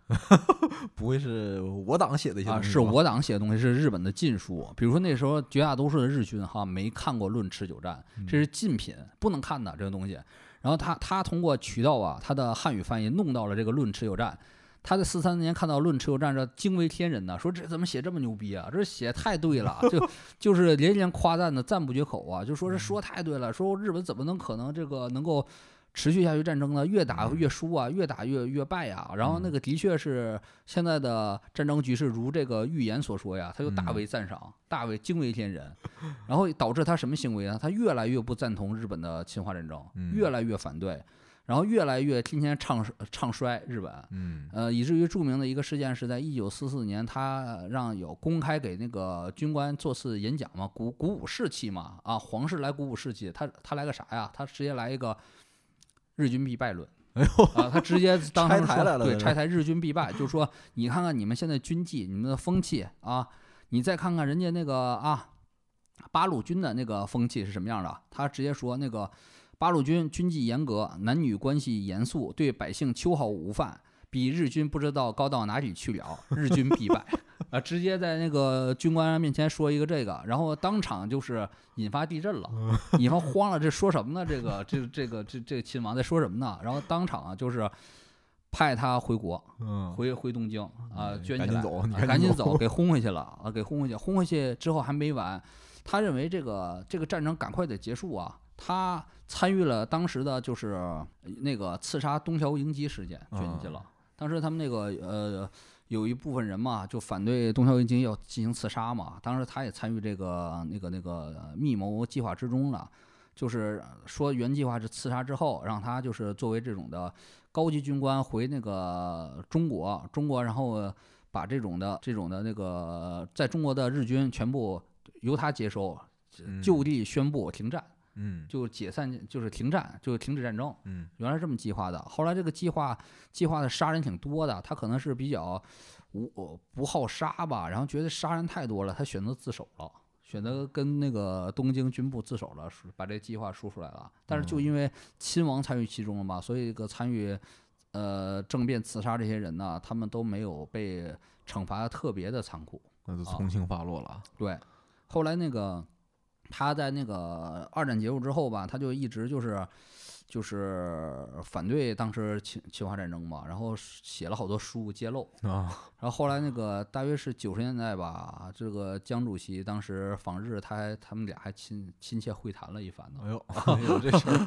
S1: 不会是我党写的一些
S2: 啊，
S1: 东西
S2: 是
S1: 吧
S2: 我党写的东西，是日本的禁书。比如说那时候绝大多数的日军哈没看过《论持久战》，
S1: 嗯
S2: 这是禁品，不能看的这个东西。然后他他通过渠道啊，他的汉语翻译弄到了这个《论持久战》。他在四三年看到《论持久战》这惊为天人呐，说这怎么写这么牛逼啊？这写太对了， 就就是连连夸赞的赞不绝口啊，就
S1: 嗯
S2: 说这说太对了，说日本怎么能可能这个能够持续下去战争呢？越打
S1: 嗯
S2: 越输啊，越打越越败呀、然后那个的确是现在的战争局势如这个预言所说呀，他就大
S1: 嗯
S2: 为赞赏，大为惊为天人，然后导致他什么行为呢？他越来越不赞同日本的侵华战争，
S1: 嗯
S2: 越来越反对，然后越来越天天唱唱衰日本。
S1: 嗯
S2: 呃，以至于著名的一个事件是在一九四四年，他让有公开给那个军官做次演讲嘛，鼓鼓舞士气嘛，啊，皇室来鼓舞士气，他他来个啥呀？他直接来一个日军必 败论。啊，他直接当他们
S1: 哎拆台
S2: 说
S1: 来了
S2: 对
S1: 这是
S2: 拆台日军必败，就是说你看看你们现在军纪，你们的风气啊，你再看看人家那个啊八路军的那个风气是什么样的？啊他直接说那个八路军军纪严格，男女关系严肃，对百姓秋毫无犯，比日军不知道高到哪里去了，日军必败 啊！直接在那个军官面前说一个这个，然后当场就是引发地震了， 引发慌了，这说什么呢？这个这这个这这个亲王在说什么呢？然后当场啊就是派他回国，
S1: 嗯，
S2: 回回东京啊，
S1: 嗯
S2: 捐
S1: 赶
S2: 起
S1: 紧
S2: 来，
S1: 走
S2: 啊
S1: 你
S2: 赶
S1: 赶紧
S2: 紧
S1: 走
S2: 走，给轰回去了啊，给轰回去，轰回去之后还没完，他认为这个这个战争赶快得结束啊，他参与了当时的就是呃那个刺杀东条英机事件，卷进去了。当时他们那个呃有一部分人嘛，就反对东条英机要进行刺杀嘛，当时他也参与这个那个那个密谋计划之中了。就是说原计划是刺杀之后，让他就是作为这种的高级军官回那个中国，中国然后把这种的这种的那个在中国的日军全部由他接收，啊就地宣布停战，
S1: 嗯
S2: 就解散，就是停战，就停止战争。
S1: 嗯
S2: 原来这么计划的，后来这个计划计划的杀人挺多的，他可能是比较无呃不好杀吧，然后觉得杀人太多了，他选择自首了，选择跟那个东京军部自首了，是把这计划说出来了。但是就因为亲王参与其中了嘛，所以这个参与呃政变刺杀这些人呢，他们都没有被惩罚得特别的残酷。
S1: 那就
S2: 啊
S1: 从轻发落了啊。
S2: 对，后来那个他在那个二战结束之后吧，他就一直就是就是反对当时侵侵华战争嘛，然后写了好多书揭露。
S1: 啊，
S2: 然后后来那个大约是九十年代吧，这个江主席当时访日，他还他们俩还亲亲切会谈了一番呢。
S1: 哎呦， 哎呦这事儿，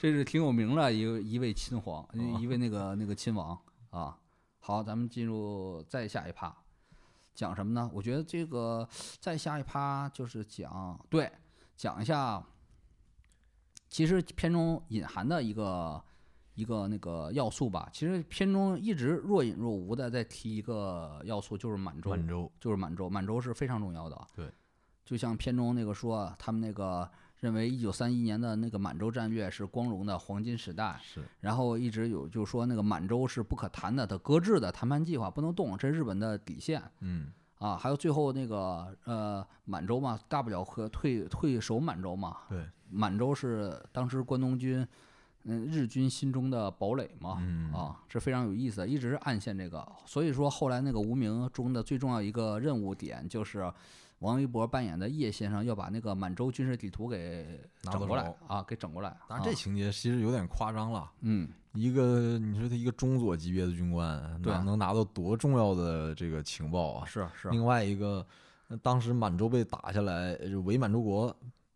S2: 这是挺有名的一位一位亲皇，
S1: 哦
S2: 一位那个那个亲王啊。好，咱们进入再下一趴，讲什么呢？我觉得这个再下一趴就是讲对，讲一下，其实片中隐含的一个一个那个要素吧。其实片中一直若隐若无的在提一个要素，就是满洲。
S1: 满洲，
S2: 就是满洲，满洲是非常重要的。啊
S1: 对，
S2: 就像片中那个说，啊他们那个认为一九三一年的那个满洲战略是光荣的黄金时代，
S1: 是
S2: 然后一直有就说那个满洲是不可谈的、的搁置的谈判计划，不能动，这是日本的底线
S1: 嗯
S2: 啊。还有最后那个呃满洲嘛，大不了和退退守满洲嘛，
S1: 对，
S2: 满洲是当时关东军嗯日军心中的堡垒嘛。
S1: 嗯
S2: 啊，是非常有意思的，一直是暗线这个。所以说后来那个无名中的最重要一个任务点就是。王一博扮演的叶先生要把那个满洲军事地图给
S1: 拿
S2: 整
S1: 到
S2: 过来
S1: 手
S2: 啊，给整过来。
S1: 当然这
S2: 啊
S1: 情节其实有点夸张了。
S2: 嗯，
S1: 一个你说他一个中佐级别的军官，
S2: 对
S1: 哪能拿到多重要的这个情报啊？
S2: 是是，
S1: 另外一个，呃当时满洲被打下来，呃伪满洲国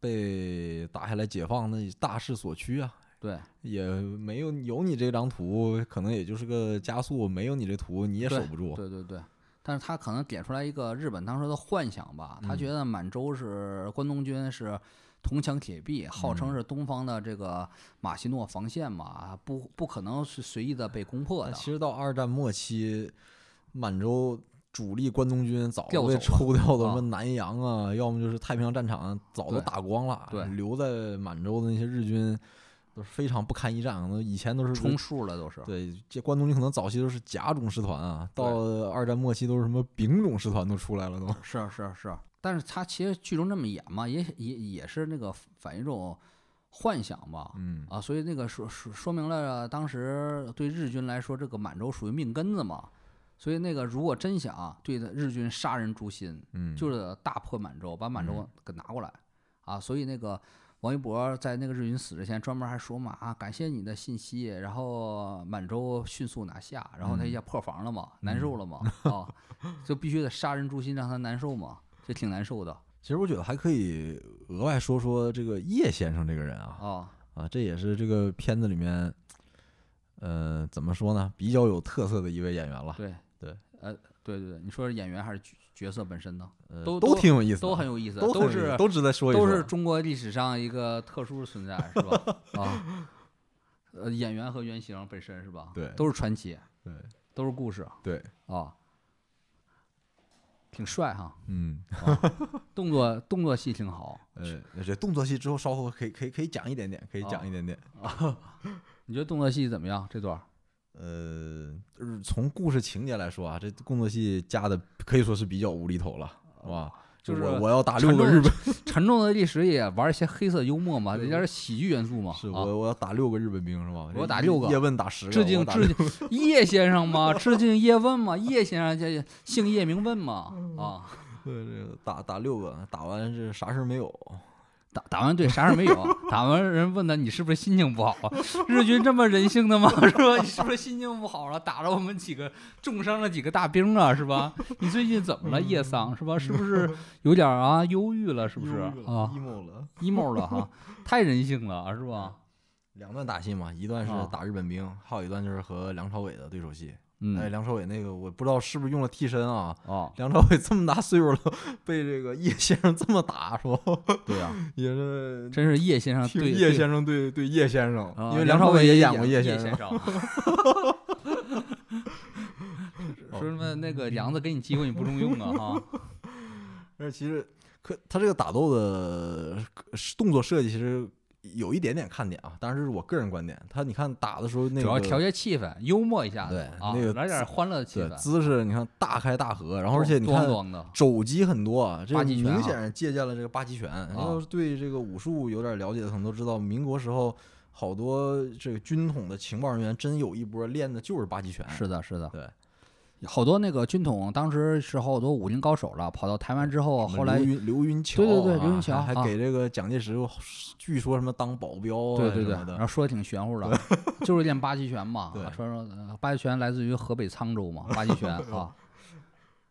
S1: 被打下来解放，那大势所趋啊，
S2: 对
S1: 也没有有你这张图，可能也就是个加速，没有你这图你也守不住。
S2: 对对对。但是他可能点出来一个日本当时的幻想吧，
S1: 嗯
S2: 他觉得满洲是关东军是铜墙铁壁，号
S1: 嗯
S2: 称是东方的这个马西诺防线嘛，不不可能是随意的被攻破
S1: 但
S2: 的。
S1: 啊其实到二战末期，满洲主力关东军早
S2: 调
S1: 被
S2: 走
S1: 抽掉的
S2: 啊
S1: 什么南洋啊，要么就是太平洋战场早都
S2: 对
S1: 打光了，
S2: 对
S1: 留在满洲的那些日军都是非常不堪一战，可能以前都是
S2: 充数了都是，
S1: 对，这关东军可能早期都是甲种师团啊，
S2: 对
S1: 到二战末期都是什么丙种师团都出来了都。
S2: 是啊是是，但是他其实剧中这么演嘛，也也也是那个反映一种幻想吧，
S1: 嗯
S2: 啊，所以那个说说说明了当时对日军来说，这个满洲属于命根子嘛，所以那个如果真想对日军杀人诛心，
S1: 嗯，
S2: 就是大破满洲，把满洲
S1: 嗯
S2: 给拿过来、啊！所以那个王一博在那个日军死之前，专门还说嘛啊，感谢你的信息，然后满洲迅速拿下，然后他一
S1: 嗯
S2: 下破防了嘛，难受了嘛啊， 就必须得杀人诛心，让他难受嘛，这挺难受的
S1: 其实我觉得还可以额外说说这个叶先生这个人啊
S2: 啊。
S1: 啊，这也是这个片子里面，呃，怎么说呢，比较有特色的一位演员了，
S2: 对
S1: 对，
S2: 呃，对对对，你说是演员还是角角色本身呢？
S1: 呃
S2: 都
S1: 都挺有意思的，
S2: 都很有意思，
S1: 都很有意思
S2: 是
S1: 都值得说一说，
S2: 都是中国历史上一个特殊的存在，是吧？ 啊，呃，演员和原型本身是吧？
S1: 对
S2: 都是传奇，
S1: 对
S2: 都是故事
S1: 对，
S2: 啊，挺帅哈，
S1: 嗯，
S2: 动作动作戏挺好。
S1: 呃，这动作戏之后稍后可以可以可以讲一点点，可以讲
S2: 啊
S1: 一点点。
S2: 你觉得动作戏怎么样？这段儿
S1: 呃，就是从故事情节来说啊，这动作戏加的可以说是比较无厘头了，是吧？
S2: 啊就是
S1: 我我要打
S2: 沉
S1: 六个
S2: 重
S1: 日本，
S2: 沉重的历史也玩一些黑色幽默嘛，人家是喜剧元素嘛。
S1: 是
S2: 啊
S1: 我我要打六个日本兵是吧？
S2: 我要
S1: 这
S2: 打六个
S1: 叶问打十个，
S2: 致
S1: 我
S2: 敬
S1: 打
S2: 致 敬叶先生吗？致敬叶问吗？叶先生这姓叶名问吗？啊，
S1: 对这个打打六个，打完这啥事儿没有，
S2: 打打完对啥事儿没有，打完人问他你是不是心情不好啊？日军这么人性的吗？ 是吧？你是不是心情不好了？打了我们几个重伤了几个大兵啊，是吧？你最近怎么了，叶桑是吧？是不是有点儿啊忧郁了？是不是啊
S1: ？emo 了，
S2: emo 了哈？太人性了啊是吧？
S1: 两段打戏嘛，一段是
S2: 啊
S1: 打日本兵，还有一段就是和梁朝伟的对手戏。哎，
S2: 嗯
S1: 梁朝伟那个我不知道是不是用了替身啊？
S2: 哦，
S1: 梁朝伟这么大岁数了，被这个叶先生这么打，是吧？
S2: 对呀、
S1: 也是
S2: 真是叶先生
S1: 听
S2: 啊对
S1: 叶
S2: 对
S1: 先生对对叶先生
S2: 啊，
S1: 因为梁
S2: 梁朝
S1: 朝
S2: 伟
S1: 伟也
S2: 演
S1: 过叶
S2: 叶
S1: 先
S2: 生
S1: 生。。
S2: 说什么那个梁子给你机会你不中用啊哈，
S1: 但是其实可他这个打斗的呃动作设计其实有一点点看点啊，当然这是我个人观点。他你看打的时候那
S2: 主要
S1: 个
S2: 调节气氛，幽默一下子
S1: 对那
S2: 啊，
S1: 个
S2: 来点欢乐的气
S1: 对
S2: 氛，
S1: 姿势，你看大开大合，然后而且你
S2: 装
S1: 看。
S2: 装的，
S1: 肘击很多啊，这
S2: 八
S1: 个
S2: 极拳啊
S1: 明显借鉴了这个八极拳。要是对这个武术有点了解的，可能都知道，民国时候好多这个军统的情报人员真有一波练的就是八极拳。
S2: 是的，是的，
S1: 哎对，
S2: 好多那个军统当时是好多武林高手了，跑到台湾之后，
S1: 什么
S2: 后来
S1: 刘云刘云桥啊，
S2: 对对对刘云桥
S1: 还
S2: 啊
S1: 还给这个蒋介石，据说什么当保镖啊，
S2: 对对对，
S1: 什么
S2: 然
S1: 的，
S2: 后说的挺玄乎的，就是练八极拳嘛
S1: 对，
S2: 说说呃八极拳来自于河北沧州嘛，八极 拳啊。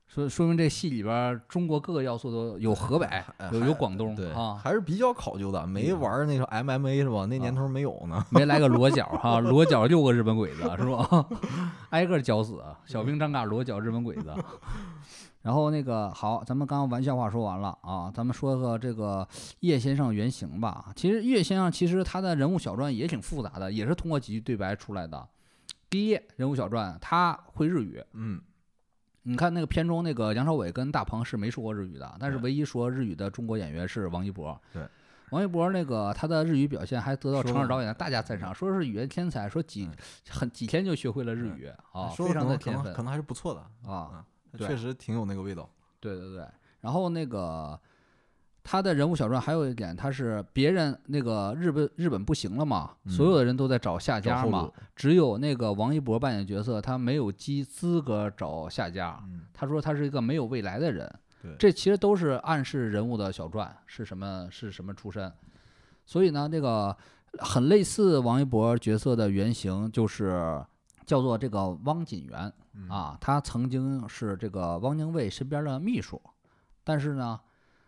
S2: 说说明这戏里边儿中国各个要素都有河北，有有广东
S1: 对
S2: 啊，
S1: 还是比较考究的，没玩那个 MMA 是吧？那年头没有呢。
S2: 没来个裸脚哈，裸脚六个日本鬼子是吧？ 挨个绞死，小兵张嘎裸脚日本鬼子。然后那个好，咱们刚刚玩笑话说完了啊，咱们说个这个叶先生原型吧。其实叶先生其实他的人物小传也挺复杂的，也是通过几句对白出来的。第一人物小传，他会日语。
S1: 嗯，
S2: 你看那个片中那个梁朝伟跟大鹏是没说过日语的，但是
S1: 对
S2: 唯一说日语的中国演员是王一博。
S1: 对，
S2: 王一博那个他的日语表现还得到
S1: 说
S2: 成尔导演的大加赞赏，说是语言天才，说几
S1: 嗯
S2: 很几天就学会了日语啊，
S1: 说
S2: 非
S1: 的可
S2: 常的
S1: 能可
S2: 天
S1: 能
S2: 分
S1: 可能嗯还是不错的，
S2: 啊，对
S1: 确实挺有那个味道。
S2: 对对对。然后那个他的人物小传还有一点，他是别人那个日本日本不行了嘛，所
S1: 嗯
S2: 有的人都在找下
S1: 找
S2: 家
S1: 后
S2: 嘛
S1: 路，
S2: 只有那个王一博扮演角色，他没有资资格找下家，
S1: 嗯，
S2: 他说他是一个没有未来的人
S1: 对，
S2: 这其实都是暗示人物的小传是什么是什么出身，所以呢，这个很类似王一博角色的原型就是叫做这个汪锦元
S1: 嗯，
S2: 啊，他曾经是这个汪精卫身边的秘书，但是呢，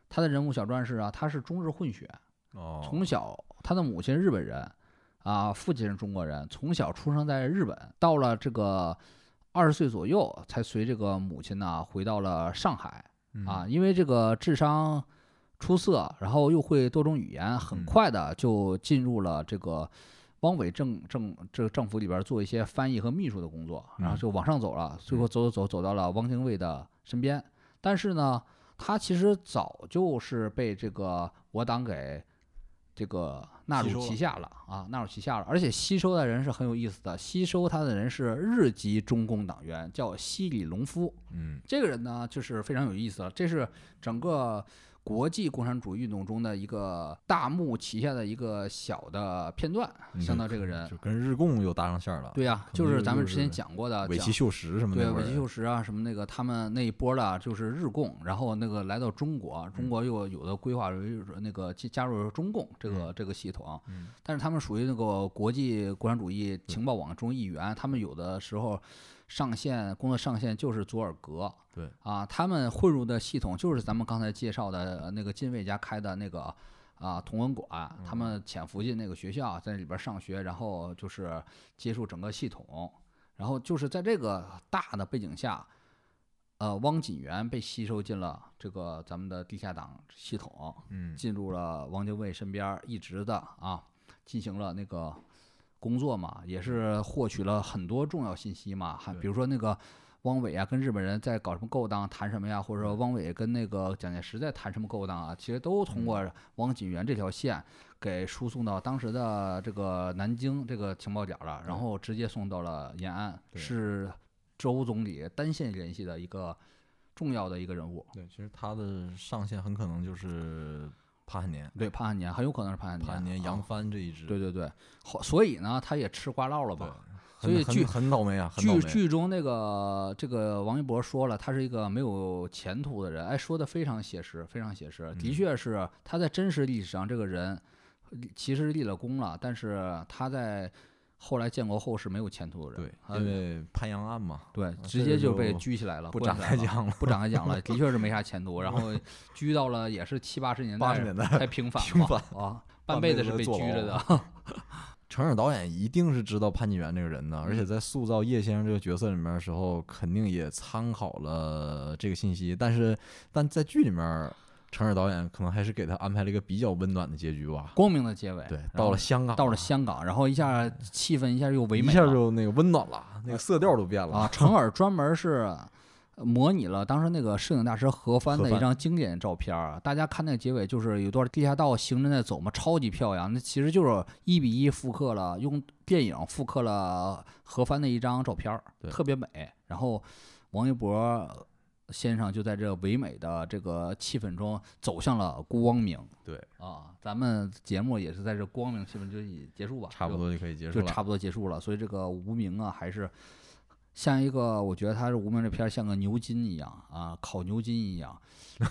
S2: 他的人物小传是啊，他是中日混血，
S1: 哦，
S2: 从小他的母亲是日本人，啊，父亲是中国人，从小出生在日本，到了这个二十岁左右才随这个母亲呢回到了上海
S1: 嗯
S2: 啊，，因为这个智商出色，然后又会多种语言，很
S1: 嗯
S2: 快的就进入了这个。汪伪政政这个政府里边做一些翻译和秘书的工作，然后
S1: 嗯
S2: 就往上走了，最后走走走走到了汪精卫的身边。但是呢，他其实早就是被这个我党给这个纳
S1: 吸
S2: 入
S1: 收了
S2: 旗下了啊，纳入旗下了。而且吸收的人是很有意思的，吸收他的人是日籍中共党员，叫西里隆夫。
S1: 嗯
S2: 这个人呢，就是非常有意思了，这是整个国际共产主义运动中的一个大幕旗下的一个小的片段，相当这个人。
S1: 嗯就跟日共又搭上线儿了。，
S2: 呃对呀、啊
S1: 能
S2: 就是
S1: 就
S2: 咱们
S1: 就
S2: 之前
S1: 是
S2: 讲过的，
S1: 尾
S2: 讲
S1: 崎秀实什么
S2: 对
S1: 那会
S2: 尾
S1: 儿
S2: 崎秀实啊，什么那个他们那一波的，就是日共，然后那个来到中国，
S1: 嗯
S2: 中国又有的规划为那个加加入中共这个、这个系统，
S1: 嗯
S2: 但是他们属于那个国际共产主义情报网中一员，他们有的时候上线工作上线就是佐尔格，
S1: 对
S2: 啊，他们混入的系统就是咱们刚才介绍的呃那个近卫家开的那个。啊，同文馆，他们潜伏进那个学校，在里边上学，然后就是接触整个系统，然后就是在这个大的背景下，呃，汪锦元被吸收进了这个咱们的地下党系统，
S1: 嗯
S2: 进入了汪精卫身边儿，一直的啊，进行了那个工作嘛，也是获取了很多重要信息嘛，还
S1: 对
S2: 比如说那个。汪伪啊，跟日本人在搞什么勾当，谈什么呀？或者说汪伪跟那个蒋介石在谈什么勾当啊？其实都通
S1: 嗯
S2: 过汪锦元这条线给输送到当时的这个南京这个情报点儿了，然
S1: 对
S2: 后直接送到了延安，
S1: 对
S2: 是周总理单线联系的一个重要的一个人物。
S1: 对，其实他的上线很可能就是潘汉年、
S2: 对，潘汉年很有可能是潘汉年，
S1: 潘汉年、
S2: 啊
S1: 杨帆这一支。
S2: 对对对，后所以呢，他也吃瓜烙了
S1: 嗯对
S2: 吧？，
S1: 很
S2: 所以
S1: 很
S2: 剧
S1: 很倒霉啊，很倒
S2: 剧
S1: 霉。
S2: 剧中那个这个王一博说了，他是一个没有前途的人，哎，说的非常写实，非常写实，的
S1: 嗯
S2: 确是他在真实历史上这个人立其实立了功了，但是他在后来建国后是没有前途的人
S1: 对，，
S2: 呃
S1: 因为潘阳案嘛，
S2: 对，直
S1: 这
S2: 接
S1: 个
S2: 就被
S1: 就
S2: 拘起来了，
S1: 不
S2: 关
S1: 展开
S2: 起来了
S1: 讲了
S2: 不展啊 开讲了，的确是没啥前途，然后拘到了也是七八十年代，
S1: 80年代
S2: 才平反
S1: 平
S2: 嘛
S1: 反
S2: 啊，
S1: 半
S2: 半辈
S1: 辈
S2: 子
S1: 子
S2: 是被
S1: 坐
S2: 拘着
S1: 牢
S2: 的。
S1: 程耳导演一定是知道潘金元这个人的，而且
S2: 嗯
S1: 在塑造叶先生这个角色里面的时候，肯定也参考了这个信息。但是，但在剧里面，程耳导演可能还是给他安排了一个比较温暖的结局吧。
S2: 光明的结尾。
S1: 对
S2: 然，
S1: 到
S2: 后
S1: 了香港，
S2: 到了香港，然后一下气氛一下又唯
S1: 啊一
S2: 美
S1: 下
S2: 了
S1: 就那个温暖了，那个色调都变了
S2: 啊。程耳专门是模拟了当时那个摄影大师何帆
S1: 何
S2: 的一
S1: 帆
S2: 张经典照片儿。大家看那个结尾，就是有段地下道行人在走嘛，超级漂亮。那其实就是一比一复刻了，用电影复刻了何帆的一张照片儿，
S1: 对
S2: 特别美。然后王一博。先生就在这唯美的这个气氛中走向了光明
S1: 对，
S2: 啊！咱们节目也是在这光明气氛就已结束吧，
S1: 差不
S2: 就
S1: 多就可以结束
S2: 就
S1: 了。
S2: 差不多结束了。所以这个无名啊，还是像一个，我觉得他是无名这片儿像个牛筋一样啊，烤牛筋一样，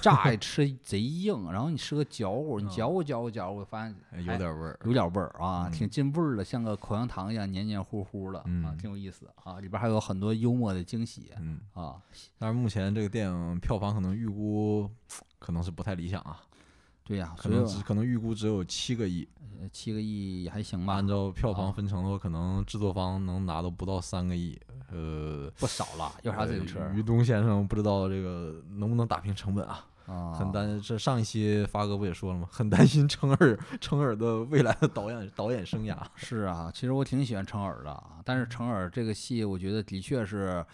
S2: 炸一吃贼硬，然后你吃个嚼乎，你
S1: 嗯
S2: 嚼乎嚼乎嚼乎，发现
S1: 哎有
S2: 哎
S1: 点味儿。
S2: 有点味儿啊，
S1: 嗯
S2: 挺进味儿的，像个口香糖一样黏黏糊糊的啊
S1: 嗯，
S2: 挺有意思啊。里边还有很多幽默的惊喜
S1: 嗯，
S2: 啊，
S1: 但是目前这个电影票房可能预估可能是不太理想啊，
S2: 对呀、
S1: 可
S2: 所以
S1: 能
S2: 我
S1: 只可能预估只有七个亿。
S2: 呃七个亿也还行吧
S1: 按，照票
S2: 啊
S1: 房分成的话，可能制作方能拿到不到三个亿。呃，
S2: 不少了，要啥自行车
S1: 呃于东先生不知道这个能不能打平成本啊？
S2: 啊，
S1: 很担，这上一期发哥不也说了吗？很担心程耳程耳的未来的导演导演生涯。
S2: 是啊，其实我挺喜欢程耳的啊，但是程耳这个戏，我觉得的确是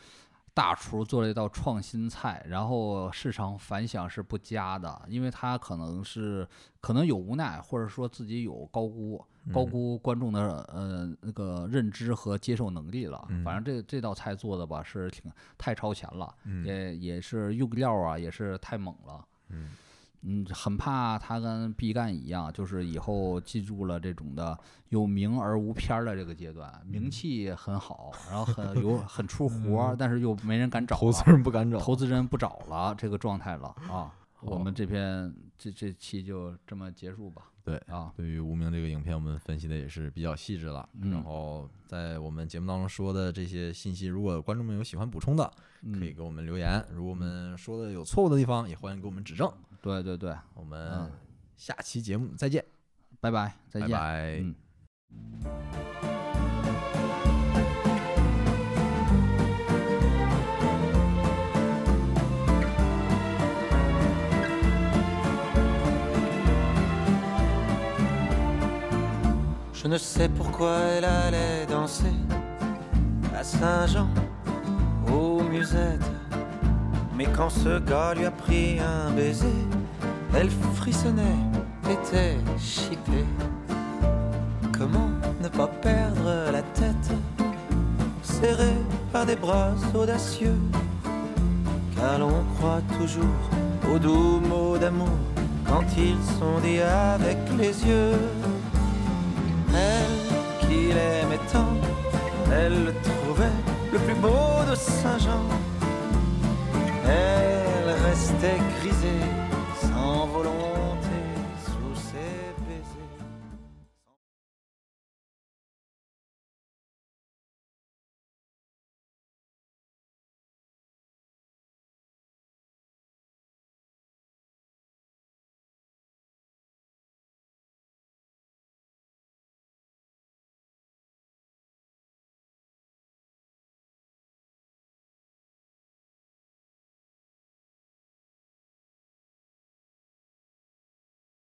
S2: 大厨做了一道创新菜，然后市场反响是不佳的，因为他可能是可能有无奈，或者说自己有高估高估观众的呃那个认知和接受能力了。反正这这道菜做的吧是挺太超前了，也也是用料啊也是太猛了。
S1: 嗯
S2: 嗯，很怕他跟毕赣一样，就是以后进入了这种的有名而无片儿的这个阶段，名
S1: 嗯
S2: 气很好，然后很有很出活儿，但是又没人敢找
S1: 投
S2: 了，
S1: 资人哦不敢找，
S2: 投资人不找了，这个状态了啊。我
S1: 好
S2: 们这篇这这期就这么结束吧。
S1: 对
S2: 啊，
S1: 对于《无名》这个影片，我们分析的也是比较细致了。
S2: 嗯
S1: 然后在我们节目当中说的这些信息，如果观众们有喜欢补充的，可以
S2: 嗯，
S1: 给我们留言；如果我们说的有错误的地方，也欢迎给我们指正。
S2: 对对对，
S1: 我
S2: 嗯
S1: 们下期节目再见，
S2: 拜拜，再
S1: 拜
S2: 见。
S1: 拜。
S2: 嗯
S3: Je ne sais pourquoi elle allait danser à Saint-Jean aux musettes. Mais quand ce gars lui a pris un baiser, elle frissonnait, était chipée. Comment ne pas perdre la tête, serrée par des bras audacieux, car l'on croit toujours aux doux mots d'amour quand ils sont dit avec les yeux. Elle qu'il aimait tant, elle le trouvait le plus beau de Saint-Jean. Elle restait grise